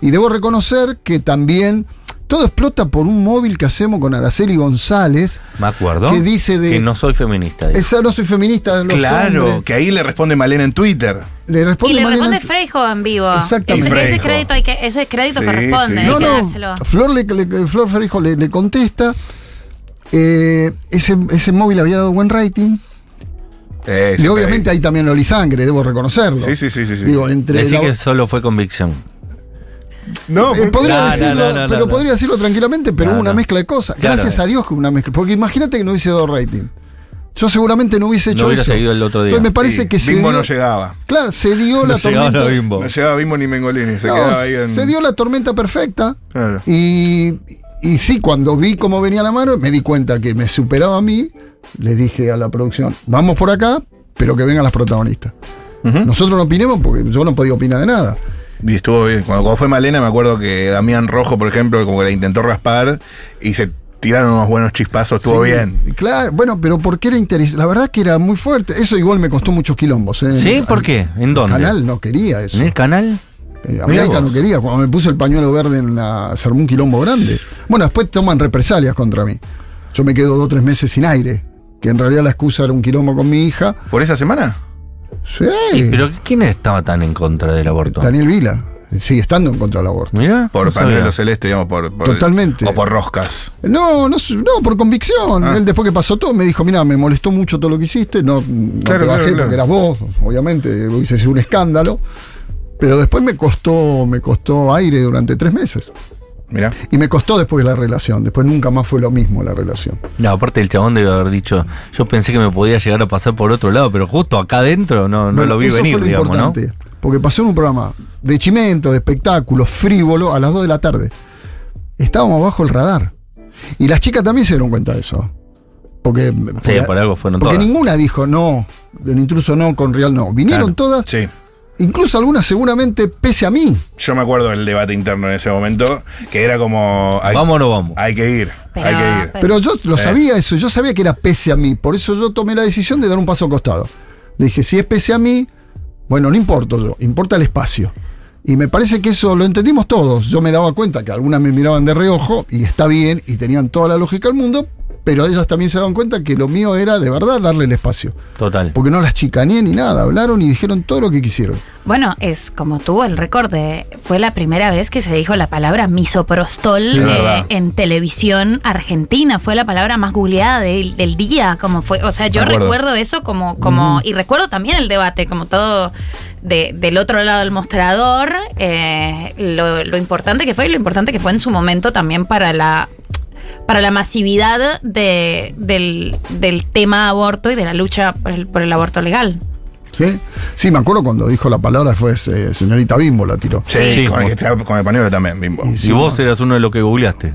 D: Y debo reconocer que también todo explota por un móvil que hacemos con Araceli González.
A: Me acuerdo.
D: Que dice de-
A: Que no soy feminista. dijo.
D: Esa no soy feminista, los
B: Claro,
D: hombres.
B: que ahí le responde Malena en Twitter.
D: Le responde
C: Y le
D: Mariana-
C: responde Freijo en vivo.
D: Exactamente.
C: Ese, ese
B: Freijo.
C: crédito, hay que, ese crédito
B: Sí,
C: corresponde,
B: sí.
C: hay
D: No,
C: que
D: no,
C: dárselo.
D: Flor, le, le- Flor Ferijo le, le contesta. eh, ese, ese móvil había dado buen rating.
B: Eh,
D: y
B: sí,
D: obviamente ahí también lo sangre, debo reconocerlo.
B: Sí, sí, sí, sí, sí.
D: Digo, entre
A: Decí
D: la-
A: que solo fue convicción.
B: No,
D: Eh, podría
A: No, no,
D: decirlo,
A: no, no,
D: pero
A: no.
D: podría decirlo tranquilamente, pero
A: No,
D: hubo una
A: no.
D: mezcla de cosas.
A: Claro.
D: Gracias a Dios que hubo una mezcla. Porque imagínate que no hubiese dado rating. Yo seguramente no hubiese hecho
A: No hubiera
D: eso.
A: seguido el otro día.
D: Entonces me parece
B: Sí,
D: que se
B: Bimbo
D: dio,
B: no llegaba.
D: claro, se dio la
A: No llegaba
D: tormenta.
A: la bimbo.
B: No llegaba Bimbo ni Mengolini, se
D: No,
B: quedaba ahí en.
D: se dio la tormenta perfecta.
B: Claro.
D: Y, y sí, cuando vi cómo venía la mano, me di cuenta que me superaba a mí. Le dije a la producción, vamos por acá, pero que vengan las protagonistas. Nosotros no opinemos porque yo no podía opinar de nada.
B: Y estuvo bien. Cuando, cuando fue Malena, me acuerdo que Damián Rojo, por ejemplo, como que la intentó raspar y se tiraron unos buenos chispazos, estuvo
D: Sí,
B: bien.
D: Claro, bueno, pero porque era interesante. La verdad que era muy fuerte. Eso igual me costó muchos quilombos. ¿eh?
A: ¿Sí?
D: Al-
A: ¿Por qué? ¿En
D: El
A: dónde?
D: canal no quería eso.
A: ¿En el canal?
D: Eh, América
A: vos.
D: no quería. Cuando me puso el pañuelo verde en la. se armó un quilombo grande. Bueno, después toman represalias contra mí. Yo me quedo dos o tres meses sin aire. Que en realidad la excusa era un quilombo con mi hija.
B: ¿Por esa semana?
D: Sí. Eh,
A: ¿Y ¿Pero quién estaba tan en contra del aborto?
D: Daniel Vila sigue estando en contra del aborto.
A: Mirá.
B: Por
A: no sabía.
B: pañuelo celeste, digamos, por. por-
D: Totalmente.
B: O por roscas.
D: No, no, sé, no, por convicción.
B: Ah.
D: Él después que pasó todo me dijo, mira, me molestó mucho todo lo que hiciste, no, no
B: Claro, claro,
D: te bajé
B: claro.
D: porque eras vos, obviamente, hubiese sido un escándalo. Pero después me costó, me costó aire durante tres meses.
B: Mirá.
D: Y me costó después la relación, después nunca más fue lo mismo la relación.
A: No, aparte el chabón debe haber dicho, yo pensé que me podía llegar a pasar por otro lado, pero justo acá adentro no, no
D: Bueno,
A: lo vi
D: eso
A: venir,
D: fue lo
A: digamos,
D: importante, porque pasó en un programa de chimento, de espectáculo, frívolo, a las 2 de la tarde. Estábamos bajo el radar. Y las chicas también se dieron cuenta de eso. Porque,
A: ¿no? Sí, por algo fueron
D: porque
A: todas.
D: ninguna dijo no, un intruso no, con Real no.
A: Claro.
D: Vinieron todas,
B: Sí.
D: incluso algunas seguramente pese a mí.
B: Yo me acuerdo del debate interno en ese momento, que era como. Hay,
A: ¿Vamos o no vamos?
B: Hay que ir.
C: Pero-
B: hay que ir.
D: Pero yo lo
B: Eh.
D: sabía eso, yo sabía que era pese a mí. Por eso yo tomé la decisión de dar un paso al costado. Le dije, si es pese a mí, bueno, no importo yo, importa el espacio. Y me parece que eso lo entendimos todos. Yo me daba cuenta que algunas me miraban de reojo y está bien y tenían toda la lógica del mundo, pero ellas también se daban cuenta que lo mío era de verdad darle el espacio.
A: Total.
D: Porque no las chicaneé ni nada, hablaron y dijeron todo lo que quisieron.
C: Bueno, es como tú, el récord de- Fue la primera vez que se dijo la palabra misoprostol eh,
B: Sí, es verdad.
C: en televisión argentina. Fue la palabra más googleada del- del día. Como fue, o sea, yo
B: De acuerdo.
C: recuerdo eso como, como, y recuerdo también el debate, como todo de- del otro lado del mostrador, eh, lo, lo importante que fue y lo importante que fue en su momento también para la para la masividad de- del, del tema aborto y de la lucha por el, por el aborto legal.
D: ¿Sí? Sí, me acuerdo cuando dijo la palabra fue eh, señorita Bimbo la tiró.
B: Sí,
A: Sí.
B: con, el, que está- con el pañuelo también, bimbo.
D: Y
A: Si
D: no,
A: vos eras uno de los que googleaste.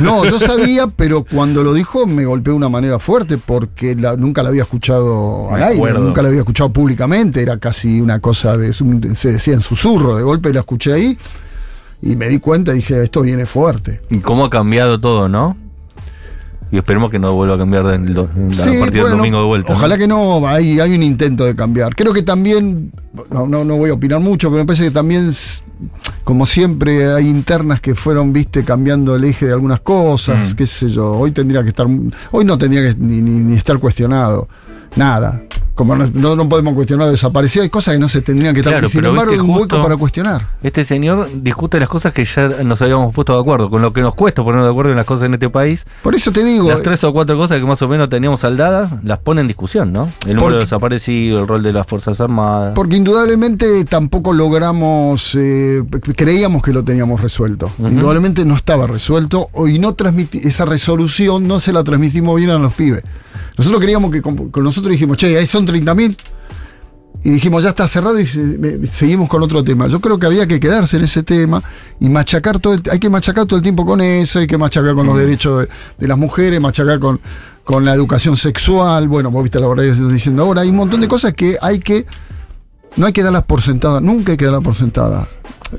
D: No, yo sabía, pero cuando lo dijo me golpeó de una manera fuerte porque la- nunca la había escuchado al
B: Me
D: aire,
B: acuerdo.
D: nunca la había escuchado públicamente, era casi una cosa de, se decía en susurro, de golpe la escuché ahí y me di cuenta y dije, esto viene fuerte.
A: Y cómo ha cambiado todo, ¿no? Y esperemos que no vuelva a cambiar del do- a partir del
D: bueno,
A: domingo de vuelta.
D: Ojalá que no, hay, hay un intento de cambiar. Creo que también, no, no, no voy a opinar mucho, pero me parece que también, s- como siempre, hay internas que fueron, viste, cambiando el eje de algunas cosas,
A: Mm.
D: qué sé yo. Hoy tendría que estar, hoy no tendría que ni, ni- ni estar cuestionado, nada. Como no, no- no podemos cuestionar lo desaparecido, hay cosas que no se tendrían que estar.
A: Claro,
D: y sin
A: pero
D: embargo, hay
A: viste,
D: un hueco
A: justo-
D: para cuestionar.
A: Este señor discute las cosas que ya nos habíamos puesto de acuerdo, con lo que nos cuesta ponernos de acuerdo en las cosas en este país.
D: Por eso te digo.
A: Las tres o cuatro cosas que más o menos teníamos saldadas, las pone en discusión, ¿no? El número
D: Porque-
A: de desaparecidos, el rol de las Fuerzas Armadas.
D: Porque indudablemente tampoco logramos, eh, creíamos que lo teníamos resuelto.
A: Ujú.
D: Indudablemente no estaba resuelto o- y no transmiti- esa resolución no se la transmitimos bien a los pibes. Nosotros queríamos que, con, con nosotros dijimos, che, ahí son 30.000. Y dijimos, ya está cerrado y se- me- seguimos con otro tema. Yo creo que había que quedarse en ese tema y machacar todo el, hay que machacar todo el tiempo con eso, hay que machacar con los derechos de, de las mujeres, machacar con, con la educación sexual. Bueno, vos viste la verdad que estoy diciendo ahora, hay un montón de cosas que hay que no hay que darlas por sentada, nunca hay que darlas por sentada.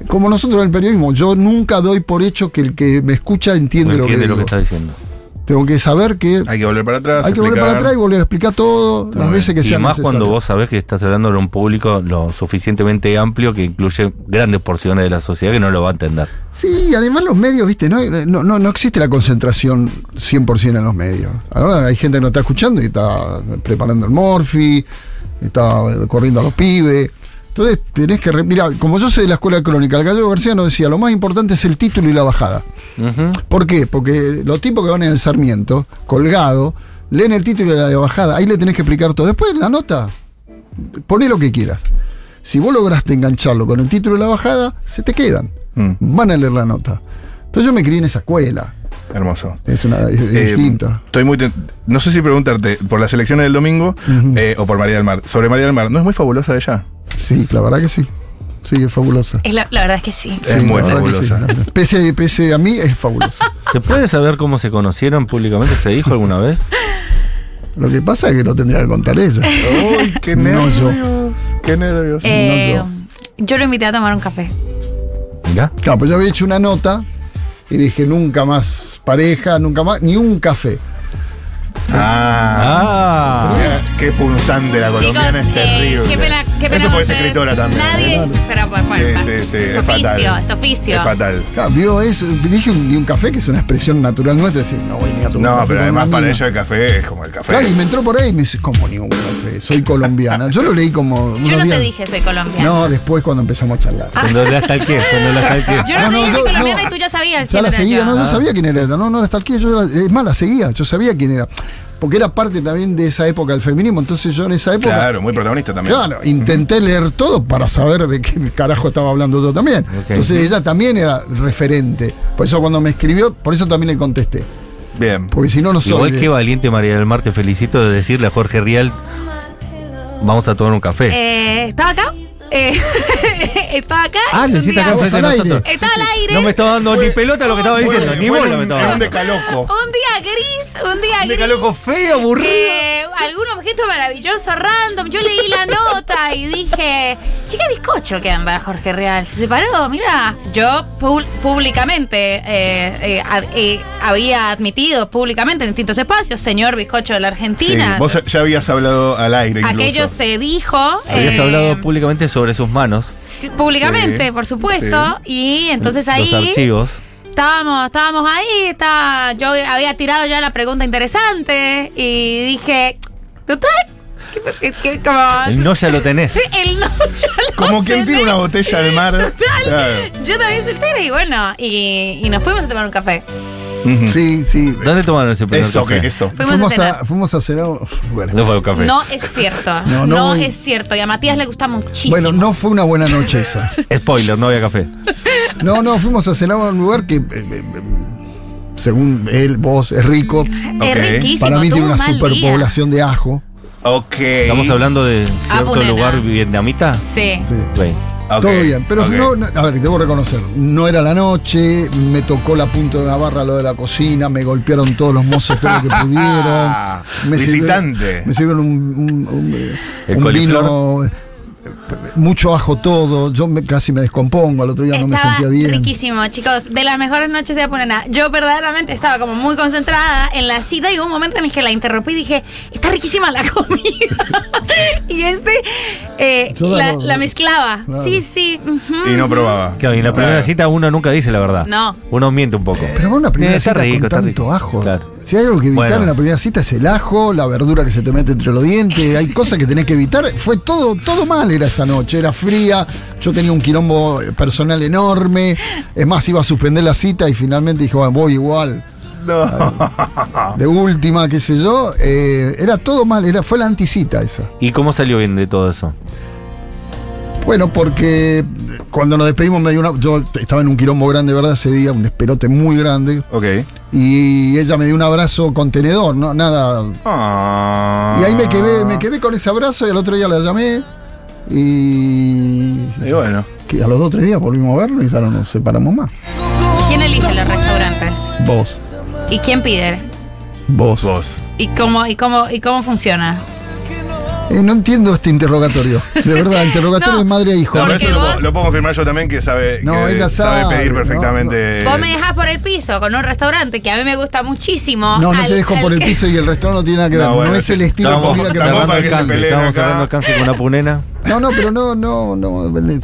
D: Como nosotros en el periodismo, yo nunca doy por hecho que el que me escucha entiende,
A: entiende
D: lo que,
A: lo que
D: digo.
A: está diciendo.
D: Tengo que saber que
B: Hay que volver para atrás.
D: hay que volver para
B: explicar.
D: atrás y volver a explicar todo
B: Está
D: las
B: bien.
D: veces que
A: Y
D: sea
A: más
D: necesario.
A: cuando vos sabés que estás hablando de un público lo suficientemente amplio que incluye grandes porciones de la sociedad que no lo va a entender.
D: Sí, además los medios, viste, no, no, no, no existe la concentración 100% en los medios. Ahora hay gente que no está escuchando y está preparando el morfi, está eh, corriendo a los pibes. Entonces tenés que... re- Mirá, como yo soy de la escuela de crónica, el gallego García nos decía, lo más importante es el título y la bajada.
A: Ujú.
D: ¿Por qué? Porque los tipos que van en el Sarmiento, colgado, leen el título de la de bajada, ahí le tenés que explicar todo. Después la nota, poné lo que quieras. Si vos lograste engancharlo con el título de la bajada, se te quedan.
B: Mm.
D: Van a leer la nota. Entonces yo me crié en esa escuela.
B: Hermoso.
D: Es una es- es
B: Eh,
D: distinta.
B: Estoy muy. ten- No sé si preguntarte por las elecciones del domingo eh, o por María del Mar. Sobre María del Mar, ¿no es muy fabulosa ella?
D: Sí, la verdad que sí. Sí, es fabulosa.
C: Es la, la verdad es que sí.
B: Es
D: Sí,
B: muy
D: la verdad que sí.
B: fabulosa.
D: Pese, pese a mí, es fabulosa.
A: ¿Se puede saber cómo se conocieron públicamente? ¿Se dijo alguna vez?
D: Lo que pasa es que lo tendría que contar ella.
B: Uy, qué
D: No,
B: nervios.
D: yo.
B: qué nervios.
C: Eh, yo lo invité a tomar un café.
A: Mirá.
D: Claro, pues yo había hecho una nota y dije nunca más pareja, nunca más, ni un café.
B: Ah,
A: Ah.
B: qué punzante la colombiana es
C: eh,
B: terrible.
C: qué pena, qué pena
B: Eso
C: con
B: puede ser
C: ustedes.
B: escritora también. ¿eh?
C: Nadie. Pero bueno, bueno,
B: Sí, sí, sí,
C: es
B: es
C: oficio,
B: fatal.
C: es oficio.
B: Es fatal.
D: Claro, vio eso, dije un- ni un café, que es una expresión natural nuestra, decir, no voy ni a tomar
B: No,
D: café
B: pero
D: con
B: además
D: una
B: para
D: mina.
B: ella el café es como el café.
D: Claro, y me entró por ahí y me dice, ¿cómo ni un café? Soy colombiana. Yo lo leí como. unos
C: Yo no te
D: días-
C: dije Ah, soy colombiana.
D: No, después cuando empezamos a charlar.
A: Cuando la talqué, cuando la talqué.
C: Yo no,
D: No,
C: te
D: no,
C: dije
D: yo-
C: soy colombiana
D: no.
C: y tú ya sabías
D: Ya
C: quién
D: la
C: era
D: seguía,
C: yo.
D: no, yo sabía quién era. No, no la stalkeé, yo la- es más, la seguía, yo sabía quién era. porque era parte también de esa época del feminismo. Entonces yo en esa época.
B: Claro, muy protagonista también.
D: Claro, intenté leer todo para saber de qué carajo estaba hablando yo también.
A: Ok.
D: Entonces ella también era referente. Por eso cuando me escribió, por eso también le contesté.
B: Bien.
D: Porque si no, no soy.
A: Igual
D: de-
A: que valiente María del Mar, te felicito de decirle a Jorge Rial, vamos a tomar un café.
C: Eh, ¿Estaba acá? Eh, estaba acá.
A: ah,
C: un
A: le hiciste
C: día-
A: acá
D: vos
A: enfrente de
D: al aire.
A: nosotros.
C: Estaba eh, al aire.
A: No me estaba dando ni pelota lo que estaba diciendo, ni
B: Fue
A: bola me
B: un,
A: estaba
B: fue un
A: dando.
B: decaloco.
C: Un día gris, un día
A: Un
C: gris.
A: decaloco feo, aburrido.
C: Eh, algún objeto maravilloso random. Yo leí la nota y dije, chica bizcocho que anda Jorge Real. Se separó, mira. Yo pu- públicamente eh, eh, ad- eh, había admitido públicamente en distintos espacios, señor bizcocho de la
B: Sí,
C: Argentina.
B: vos ya habías hablado al aire. Incluso.
C: Aquello se dijo.
A: Habías
C: eh,
A: hablado públicamente sobre sus manos,
C: sí, públicamente,
B: Sí,
C: por supuesto. Y entonces ahí.
A: los archivos.
C: Estábamos, estábamos ahí, estaba, yo había tirado ya la pregunta interesante y dije, ¿total? ¿Qué, qué- qué- como,
A: El no ya lo tenés.
C: Sí, el no, ya lo
B: Como quien tira una
C: tenés.
B: botella al mar.
C: Total.
B: Claro.
C: Yo también soltera y bueno, y, y nos fuimos a tomar un café.
B: Ujú.
D: Sí, sí.
A: ¿Dónde tomaron ese primer
B: Eso,
A: café?
B: que eso.
C: Fuimos, a
D: Fuimos
C: cenar.
D: a, fuimos a cenar. Bueno.
A: No fue un café.
C: No es cierto, no,
D: No, no voy.
C: es cierto. Y a Matías le gusta muchísimo.
D: Bueno, no fue una buena noche esa.
A: Spoiler, no había café.
D: No, no, fuimos a cenar a un lugar que, eh, eh, eh, según él, vos, es rico.
C: es
B: Ok.
C: riquísimo.
D: Para mí
C: tuvo
D: tiene una
C: un mal día.
D: superpoblación de ajo.
B: Ok.
A: Estamos hablando de cierto
C: Apunena.
A: lugar vietnamita.
C: Sí.
D: Sí.
A: Güey.
B: Ok,
D: Todo bien, pero
B: ok.
D: no, no- a ver, debo reconocer, no era la noche, me tocó la punta de una barra lo de la cocina, me golpearon todos los mozos todo lo que pudieron. Me sirvieron-
B: Visitante.
D: me sirvieron un, un- un, eh,
A: El
D: un
A: coliflor.
D: vino, eh, mucho ajo todo, yo me- casi me descompongo, al otro día no me
C: estaba
D: sentía bien.
C: riquísimo, chicos. De las mejores noches de Apunena. Yo verdaderamente estaba como muy concentrada en la cita y hubo un momento en el que la interrumpí y dije, está riquísima la comida. y este eh,
D: Yo
C: la,
D: no-
C: la mezclaba.
D: Claro.
C: Sí, sí. ujú.
B: Y no probaba.
A: Claro, y en la primera
B: Claro.
A: cita uno nunca dice la verdad.
C: No.
A: Uno miente un poco.
D: Pero con una primera
A: Eh, está
D: cita
A: rico,
D: con
A: está
D: tanto
A: rico.
D: ajo.
A: Claro.
D: Si hay algo que evitar
A: Bueno.
D: en la primera cita es el ajo, la verdura que se te mete entre los dientes, hay cosas que tenés que evitar. Fue todo, todo mal era esa noche, era fría, yo tenía un quilombo eh, personal enorme, es más, iba a suspender la cita y finalmente dije, bueno, voy igual.
A: Ah.
D: De última, qué sé yo, eh, era todo mal, era, fue la anticita esa.
A: ¿Y cómo salió bien de todo eso?
D: Bueno, porque eh, cuando nos despedimos me dio una. Yo estaba en un quilombo grande, ¿verdad? Ese día, un despelote muy grande.
B: Ok.
D: y ella me dio un abrazo contenedor, no nada.
B: Ah.
D: Y ahí me quedé, me quedé con ese abrazo y al otro día la llamé y
B: Y bueno.
D: que a los dos o tres días volvimos a verlo y ya no nos separamos más.
C: ¿Quién elige los restaurantes?
D: Vos,
C: ¿Y quién pide?
D: vos.
B: Vos.
C: ¿Y cómo, y cómo, y cómo funciona?
D: Eh, no entiendo este interrogatorio, de verdad, interrogatorio
C: No,
D: de madre e hijo.
B: No, pero
C: Porque
B: eso lo,
C: vos-
B: puedo- lo puedo confirmar yo también que sabe,
D: No,
B: que
D: ella sabe,
B: pedir
D: no,
B: perfectamente.
C: Vos me dejás por el piso con un restaurante que a mí me gusta muchísimo.
D: No, no
C: al-
D: te dejo
C: al
D: por el
C: que-
D: piso y el restaurante no tiene nada que ver,
B: No,
D: no,
B: bueno,
D: es
B: sí.
D: el estilo de
B: Tampoco-
D: comida que
B: tampoco
D: me
B: para que se
D: mandan.
B: peleen
A: Estábamos
B: acá.
A: cerrando el canje con una punena.
D: No, no, pero no, no, no. Le,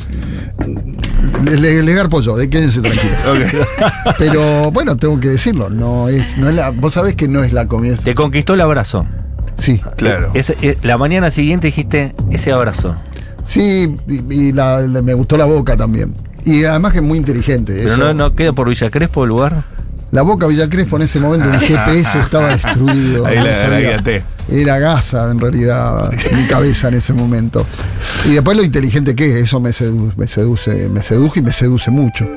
D: le, le- le garpo yo, de quédense tranquilos.
B: Ok.
D: Pero bueno, tengo que decirlo, no es, no es la, vos sabés que no es la comida.
A: Te conquistó el abrazo.
D: Sí,
B: Claro.
A: Ese- eh, la mañana siguiente dijiste ese abrazo.
D: Sí, y, y la- la- me gustó la boca también. Y además que es muy inteligente.
A: Pero
D: eso.
A: no, no queda por Villa Crespo el lugar.
D: La boca Villa Crespo en ese momento, el GPS estaba destruido.
B: Ahí
D: No
B: la, la
D: sabía.
B: guiaté.
D: Era gasa en realidad mi cabeza en ese momento. Y después lo inteligente que es, eso me seduce, me seduce, me sedujo y me seduce mucho.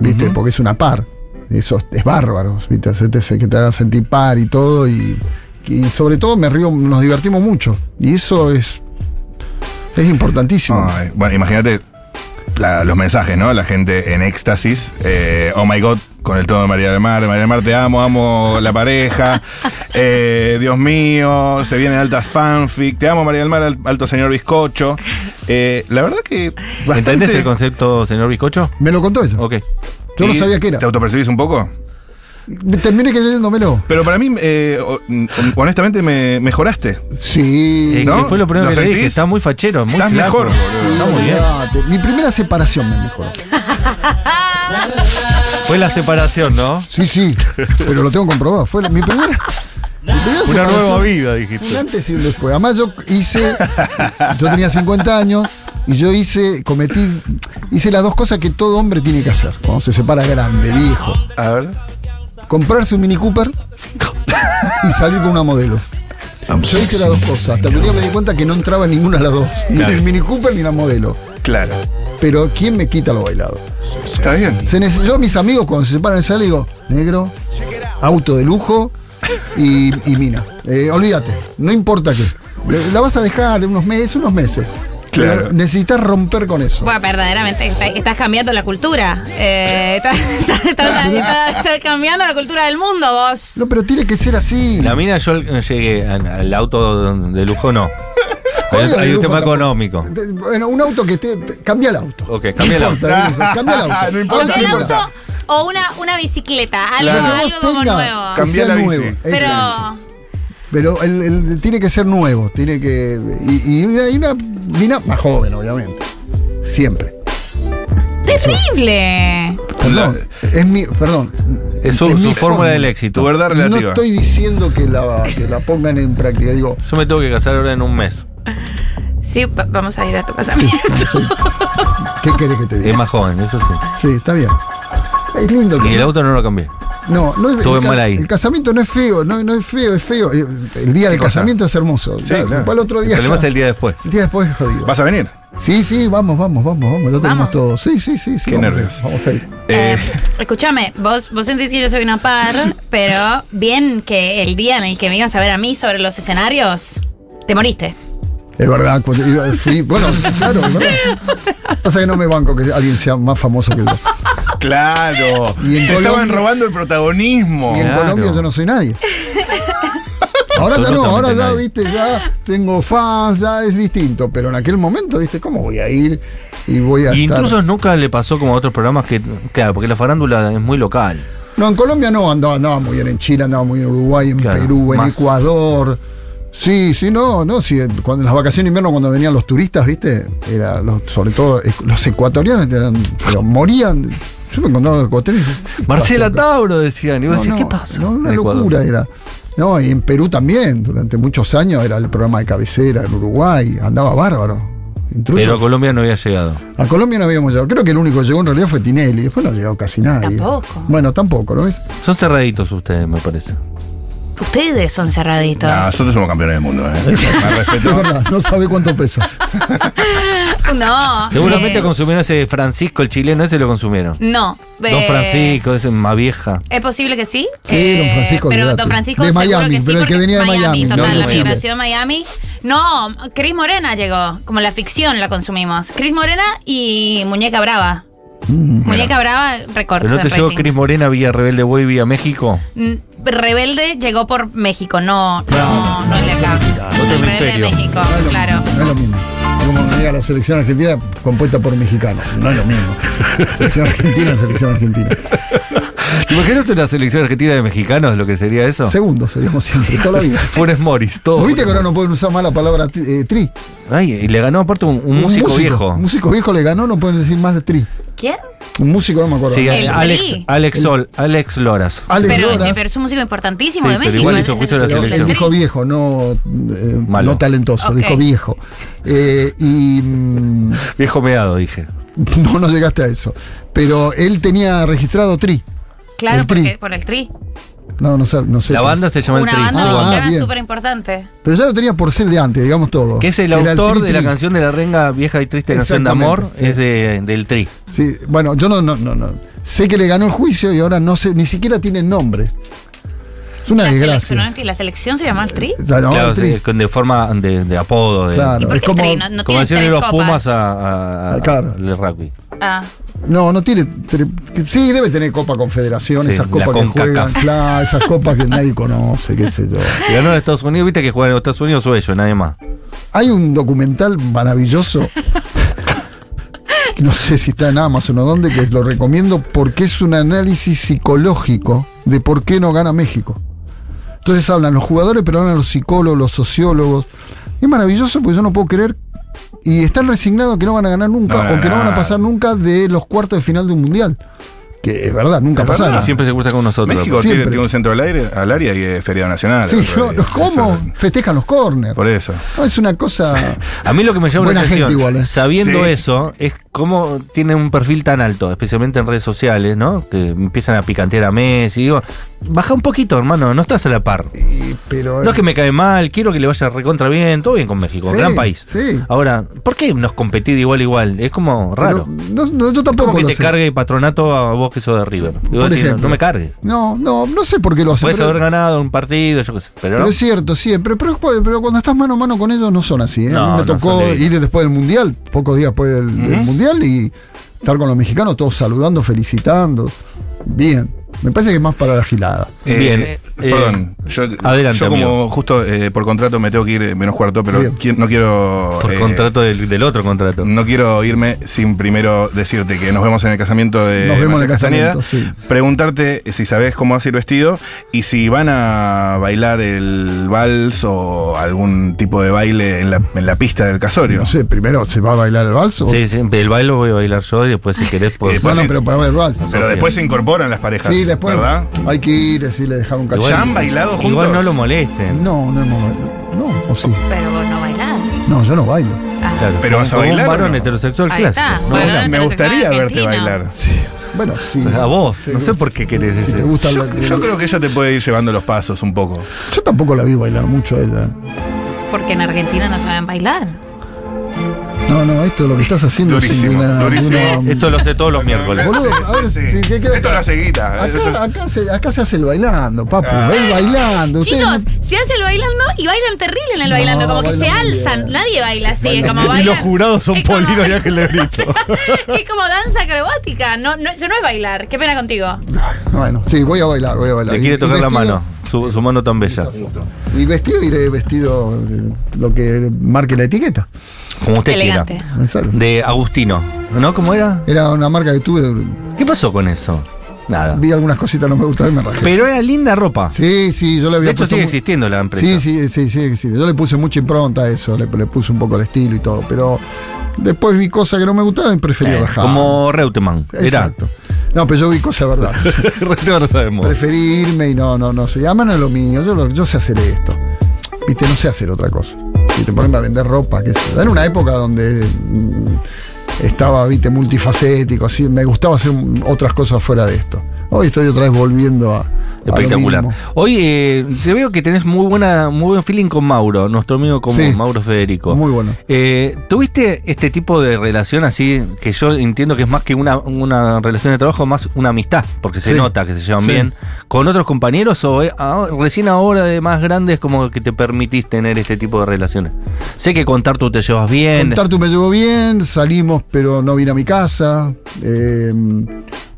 D: ¿Viste? Porque es una par. Eso es bárbaro, ¿viste? Hacerte se- que te haga sentir par y todo. Y, y sobre todo me río, nos divertimos mucho. Y eso es, es importantísimo.
B: Ay, bueno, imagínate la- los mensajes, ¿no? La gente en éxtasis. eh, oh my god, con el tono de María del Mar. María del Mar, te amo, amo la pareja. eh, Dios mío, se vienen altas fanfic. Te amo, María del Mar, al- alto señor bizcocho. Eh, la verdad que. bastante-
A: ¿Entendés el concepto, señor Bizcocho?
D: Me lo contó ella.
A: Ok.
D: Yo no
B: ¿Y
D: sabía qué era.
B: ¿Te autopercibís un poco?
D: Me Terminé creyéndomelo.
B: Pero para mí, eh, o- honestamente, me mejoraste.
D: Sí.
A: Eh,
B: ¿No?
A: fue lo primero
B: ¿Lo
A: que le dije.
B: sentís?
A: Está muy fachero, muy
B: Estás
A: flaco.
B: mejor, boludo.
A: Está muy bien.
D: olvidate. Mi primera separación me mejoró.
A: Fue la separación, ¿no?
D: Sí, sí. Pero lo tengo comprobado. Fue la- mi primera. mi primera
A: Una
D: separación.
A: nueva vida,
D: Fue un
A: dijiste.
D: antes y un después. Además, yo hice. Yo tenía 50 años y yo hice, cometí, hice las dos cosas que todo hombre tiene que hacer cuando se separa grande, viejo.
B: A ver.
D: Comprarse un Mini Cooper y salir con una modelo.
A: Ah,
D: Yo hice las dos cosas. Hasta que un día me di cuenta que no entraba en ninguna de las dos. Ni
B: Claro.
D: el Mini Cooper ni la modelo.
B: Claro.
D: Pero ¿quién me quita lo bailado?
B: Está bien.
D: Se neces- yo a mis amigos cuando se separan el le digo, negro, auto de lujo y, y mina. Eh, olvídate, no importa qué. Le- La vas a dejar unos meses, unos meses.
B: Claro.
D: Pero Necesitas romper con eso.
C: Bueno, verdaderamente está- estás cambiando la cultura. Eh, estás, estás- estás- estás- estás cambiando la cultura del mundo, vos.
D: No, pero tiene que ser así.
A: La mina yo llegué al, al auto de lujo, no. Hay,
D: Obvio,
A: hay
D: de
A: un
D: lujo
A: tema
D: tampoco.
A: económico.
D: De- Bueno, un auto que te. te- cambia el auto.
A: Ok, cambia el
D: No
A: auto. Ah,
D: importa, dice, Cambia el auto.
B: No importa,
C: Porque el
B: importa.
C: auto o una, una bicicleta, algo,
D: Que vos
C: algo como
D: tenga, que
C: nuevo.
B: Cambia
D: sea
B: la bici.
D: nuevo.
C: Pero
D: Exacto. Pero el- el- tiene que ser nuevo, tiene que. Y, y una, y una mina más joven, obviamente. Siempre.
C: terrible.
D: Perdón, es mi. Perdón.
A: Ah. Es su,
D: Es mi
A: su fórmula
D: fórmula.
A: del
B: Tu
A: éxito.
B: verdad
D: No
B: relativa.
D: estoy diciendo que la, que la pongan en práctica. Digo,
A: Yo me tengo que casar ahora en un mes.
C: Sí, va- vamos a ir a tu casa. Eh,
D: ¿qué querés que te
A: Es
D: diga?
A: más joven, eso sí.
D: Sí, está bien. Es lindo que.
A: Em- Y el auto no lo cambié.
D: No, no es
A: Estuve
D: el, ca-
A: mal ahí.
D: El casamiento no es feo, no, no es feo, es feo. El día del
B: cosa?
D: casamiento es hermoso.
B: Sí, claro.
D: Después el otro
A: El
D: día.
A: problema
D: ya-
A: es el día después.
D: el día después es jodido.
B: ¿Vas a venir?
D: Sí, sí, vamos, vamos, vamos, vamos. Ya tenemos
C: Vamos.
D: todo. Sí, sí, sí, sí.
B: Qué
D: vamos,
B: nervios.
D: Vamos a ir.
B: Eh,
C: Escúchame, vos, vos sentís que yo soy una par, pero bien que el día en el que me ibas a ver a mí sobre los escenarios, te moriste.
D: Es verdad, cuando iba- fui- bueno, claro, es verdad. Pasa que no me banco que alguien sea más famoso que yo.
B: claro.
D: Y en
B: Te estaban
D: Colombia-
B: robando el protagonismo.
D: Y en
A: Claro.
D: Colombia yo no soy nadie. Ahora ya no,
A: Absolutamente
D: ahora ya,
A: nadie.
D: viste, ya tengo fans, ya es distinto. Pero en aquel momento, viste, ¿cómo voy a ir? Y voy a
A: Y
D: estar.
A: incluso nunca le pasó como a otros programas que, claro, porque la farándula es muy local.
D: No, en Colombia no, andaba, andaba muy bien en Chile, andaba muy bien en Uruguay, en
A: Claro,
D: Perú, en
A: más.
D: Ecuador. Sí, sí, no, no, sí, cuando en las vacaciones de invierno cuando venían los turistas, viste, era los- sobre todo eh, los ecuatorianos eran, pero morían. Yo me encontraba en los ecuatorianos. ¿qué
A: Marcela
D: pasó acá?
A: Tauro decían. Y vos
D: No,
A: decís,
D: no,
A: ¿qué pasa?
D: No, una
A: en Ecuador?
D: locura era. No, y en Perú también, durante muchos años era el programa de cabecera, en Uruguay, andaba bárbaro. Intruso.
A: Pero a Colombia no había llegado.
D: A Colombia no habíamos llegado. Creo que el único que llegó en realidad fue Tinelli. Después no ha llegado casi nadie.
C: Tampoco.
D: Bueno, tampoco, ¿lo ves?
A: Son cerraditos ustedes, me parece.
C: Ustedes son cerraditos.
B: Nah, nosotros somos campeones del mundo, ¿eh? Más respeto.
D: Es verdad, no sabe cuánto pesa.
C: Ah, No.
A: Seguramente
C: eh,
A: consumieron ese Francisco, el chileno, ese lo consumieron.
C: No.
A: Don
C: eh,
A: Francisco, ese más vieja.
C: Es posible que sí.
D: Sí,
C: eh,
D: don Francisco,
C: Pero
D: olvídate.
C: Don Francisco
D: De
C: seguro
D: Miami,
C: que sí,
D: pero el que
C: porque
D: venía de Miami, no
C: total,
A: de
C: la
A: Chile.
C: migración de Miami. No, Cris Morena llegó, como la ficción la consumimos. Cris Morena y Muñeca Brava.
D: Mm,
C: Muñeca Brava recortó
A: Pero no te
C: el
A: llegó
C: rating.
A: Cris Morena vía Rebelde Boy vía México.
C: Mm, Rebelde llegó por México, no, no, no el de acá. El Rebelde de
A: hemisferio.
C: México,
D: No es lo
C: claro.
D: mismo, No es lo mismo. Como llega la selección argentina compuesta por mexicanos. No es lo mismo. Selección argentina, selección argentina.
A: ¿Te imaginas una selección argentina de mexicanos lo que sería eso?
D: Segundo seríamos siempre, toda la vida.
A: Funes Moris, todo.
D: ¿No viste que ahora no pueden usar más la palabra tri? eh, tri?
A: Ay, y le ganó aparte un, un músico, viejo.
D: Un músico viejo le ganó, no pueden decir más de tri.
C: ¿Quién?
D: Un músico, no me acuerdo.
A: Sí, eh.
C: El
A: Alex,
C: Tri.
A: Alex Sol, Alex Loras.
D: Alex
C: Pero, eh,
D: Loras,
C: pero es un músico importantísimo
A: Sí,
C: de
A: pero
C: México.
A: igual
C: es-
A: hizo
C: es-
A: juicio de la
C: es-
D: pero él
A: selección.
D: dijo viejo, no, eh,
A: Malo.
D: no talentoso,
C: Ok.
D: dijo viejo. Eh, y mm,
A: Viejo meado, dije.
D: no, no llegaste a eso. Pero él tenía registrado tri.
C: Claro,
D: El Tri.
C: porque- por el tri.
D: No, no sé. No sé
A: La banda se llama El
C: Una
A: Tri.
C: banda
A: su
D: Ah,
A: banda.
C: mexicana
D: bien.
C: súper importante.
D: Pero ya lo tenía por ser de antes, digamos todo.
A: Que es el
D: Era
A: autor
D: Tri
A: de la
D: Tri.
A: canción de la renga vieja y triste canción de
D: Exactamente,
A: amor.
D: sí.
A: Es de, del Tri.
D: Sí, bueno, yo no, no, no, no. Sé que le ganó el juicio y ahora no sé, ni siquiera tiene nombre. Es una
C: La selección,
D: desgracia.
C: ¿no? ¿La selección se llama el tri?
D: La llamaban
A: Claro,
D: Tri.
A: sí, con- de forma de, de apodo. De,
D: Claro.
C: ¿Y por
D: Es
C: qué
D: como-
C: tri? No, no
A: como
C: tiene
A: decían
C: tres
A: los
C: copas.
A: Pumas a, a- a-
D: Ah, claro.
A: al rugby.
C: Ah,
D: No, no tiene. tre- Sí, debe tener Copa Confederación,
A: Sí,
D: esas
A: la
D: copas que
A: CONCACAF.
D: juegan, claro, esas copas que nadie conoce, qué sé yo.
A: Y Ganó en Estados Unidos, viste que juegan en Estados Unidos o ellos, nadie más.
D: Hay un documental maravilloso, que no sé si está en Amazon o dónde, que lo recomiendo porque es un análisis psicológico de por qué no gana México. Entonces hablan los jugadores, pero hablan los psicólogos, los sociólogos. Es maravilloso porque yo no puedo creer. Y están resignados que no van a ganar nunca
B: No van a
D: o que no van a
B: ganar.
D: pasar nunca de los cuartos de final de un mundial. que es verdad, nunca
B: Es
D: pasará.
B: verdad.
A: Siempre se gusta con nosotros.
B: México tiene,
D: siempre.
B: tiene un centro al aire, al área y es feriado nacional.
D: Sí,
B: Otro
D: no,
B: día.
D: ¿cómo?
B: Eso-
D: Festejan los corners.
B: Por eso.
D: No, es una cosa.
A: A mí lo que me llama
D: Buena
A: la atención,
D: gente igual, ¿eh?
A: sabiendo
B: Sí.
A: eso, es cómo tiene un perfil tan alto, especialmente en redes sociales, ¿no? Que empiezan a picantear a Messi. Digo, baja un poquito, hermano, no estás a la par.
D: y- pero.
A: No es que me cae mal, quiero que le vaya recontra bien, todo bien con México,
D: Sí,
A: gran país.
D: sí.
A: Ahora, ¿por qué nos competir de igual a igual? Es como
D: pero-
A: raro.
D: no, no, yo
A: Es como
D: tampoco
A: que
D: lo
A: te
D: sé.
A: cargue patronato a vos que sos de River. Y vos
D: Por
A: decís, no,
D: ejemplo.
A: no me cargue.
D: No, no, no sé por qué lo hacen.
A: Puedes
D: pero-
A: haber ganado un partido, yo qué sé. Pero,
D: Pero
A: no.
D: es cierto, siempre. Pero, pero, cuando estás mano a mano con ellos no son así. ¿eh?
A: No,
D: A mí
A: no
D: me tocó
A: son de-
D: ir después del Mundial, pocos días después del, del Mundial, y estar con los mexicanos, todos saludando, felicitando. Bien. Me parece que es más para la gilada.
A: Bien,
B: Eh,
A: eh,
B: perdón, yo,
A: adelante,
B: yo como
A: amigo.
B: justo eh, por contrato me tengo que ir eh, menos cuarto, pero
D: Bien.
B: qui- no quiero
A: por
B: eh,
A: contrato del, del otro contrato.
B: No quiero irme sin primero decirte que nos vemos en el casamiento de
D: Nos vemos en el
B: Matías
D: casamiento, sí.
B: Preguntarte si sabes cómo va a ser vestido y si van a bailar el vals o algún tipo de baile en la, en la pista del casorio.
D: No sé, primero se va a bailar el vals. o-
A: Sí, sí, el baile lo voy a bailar yo y después, si querés, pues.
B: después
D: Bueno,
B: sí.
D: pero para ver el vals.
B: Pero después se incorporan las parejas.
D: Sí, después
B: ¿Verdad?
D: hay que ir, decirle, dejar un
B: ¿Ya
D: cachorro.
B: han bailado juntos?
A: Igual no lo molesten.
D: No, no hemos bailado. No, o sí.
C: Pero vos no bailás.
D: No, yo no bailo.
C: Ah,
A: Claro,
B: ¿Pero
A: como-
B: vas a
A: como
B: bailar o
A: Un varón
B: no?
A: heterosexual
C: Ahí
A: clásico.
C: está.
A: ¿no?
C: Bueno,
A: Baila.
B: Me
C: Pero se
B: gustaría
C: fue a
B: verte
C: Argentina.
B: bailar.
D: Bueno, sí.
A: A vos, no sé por qué querés
D: Si
A: ese.
D: te gusta
B: Yo,
D: la-
B: yo creo que ella te puede ir llevando los pasos un poco.
D: Yo tampoco la vi bailar mucho a ella.
C: Porque en Argentina no saben bailar.
D: No, no, esto lo que estás haciendo
B: Durísimo,
D: es ninguna-
B: durísimo.
D: ninguna-
A: Esto lo sé todos los miércoles.
D: Boludo,
B: Sí, sí,
D: a ver,
B: sí.
D: si- si- ¿qué crees?
B: Esto lo hace guita.
D: Acá, acá se, acá se hace el bailando, papu.
B: Ah.
D: El bailando. Ustedes
C: Chicos,
D: no-
C: se hace el bailando y bailan terrible en el
D: No,
C: bailando, como que se
D: bailan muy
C: alzan.
D: bien.
C: Nadie baila así, es
D: Bailan
C: como
D: bien.
C: bailan.
A: Y los jurados son
C: es como-
A: Polino y Ángel de Brito.
C: es como danza acrobática. No, no, eso no es bailar. Qué pena contigo.
D: Bueno, sí, voy a bailar, voy a bailar.
A: Le
D: Y-
A: quiere
D: y
A: tocar la
D: vestido-
A: mano, su, su mano tan bella.
D: Y vestido iré vestido de lo que marque la etiqueta.
A: Como usted quiera.
C: Elegante.
D: Exacto.
A: De Agustino. ¿No? ¿Cómo era?
D: Era una marca que tuve,
A: ¿Qué pasó con eso? Nada.
D: vi algunas cositas, no me gustaban y me rajé.
A: Pero era linda ropa.
D: Sí, sí, yo le había
A: De hecho,
D: puesto
A: sigue
D: mu-
A: existiendo la empresa.
D: Sí, sí, sí, sí, sí. Yo le puse mucha impronta a eso, le, le puse un poco el estilo y todo, pero después vi cosas que no me gustaban y preferí
A: Eh,
D: bajar.
A: como Reutemann. Era.
D: Exacto. No, pero yo vi cosas verdad.
A: Reutemann no sabemos.
D: preferí irme y no, no, no sé. Además no es lo mío, yo, lo- yo sé hacer esto. Viste, no sé hacer otra cosa. Y te ponen a vender ropa, que sé. yo. Era una época donde mm, estaba, viste, multifacético, así. Me gustaba hacer mm, otras cosas fuera de esto. Hoy estoy otra vez volviendo a. a lo
A: Espectacular.
D: mínimo.
A: Hoy eh, te veo que tenés muy buena, muy buen feeling con Mauro, nuestro amigo común,
D: Sí.
A: Mauro Federico.
D: Muy bueno.
A: Eh, ¿Tuviste este tipo de relación así que yo entiendo que es más que una, una relación de trabajo, más una amistad, porque se
D: Sí.
A: nota que se llevan
D: Sí.
A: bien, con otros compañeros o eh, ah, recién ahora de más grandes como que te permitís tener este tipo de relaciones? Sé que con Tartu te llevas bien.
D: Con Tartu me llevó bien, salimos, pero no vine a mi casa. eh,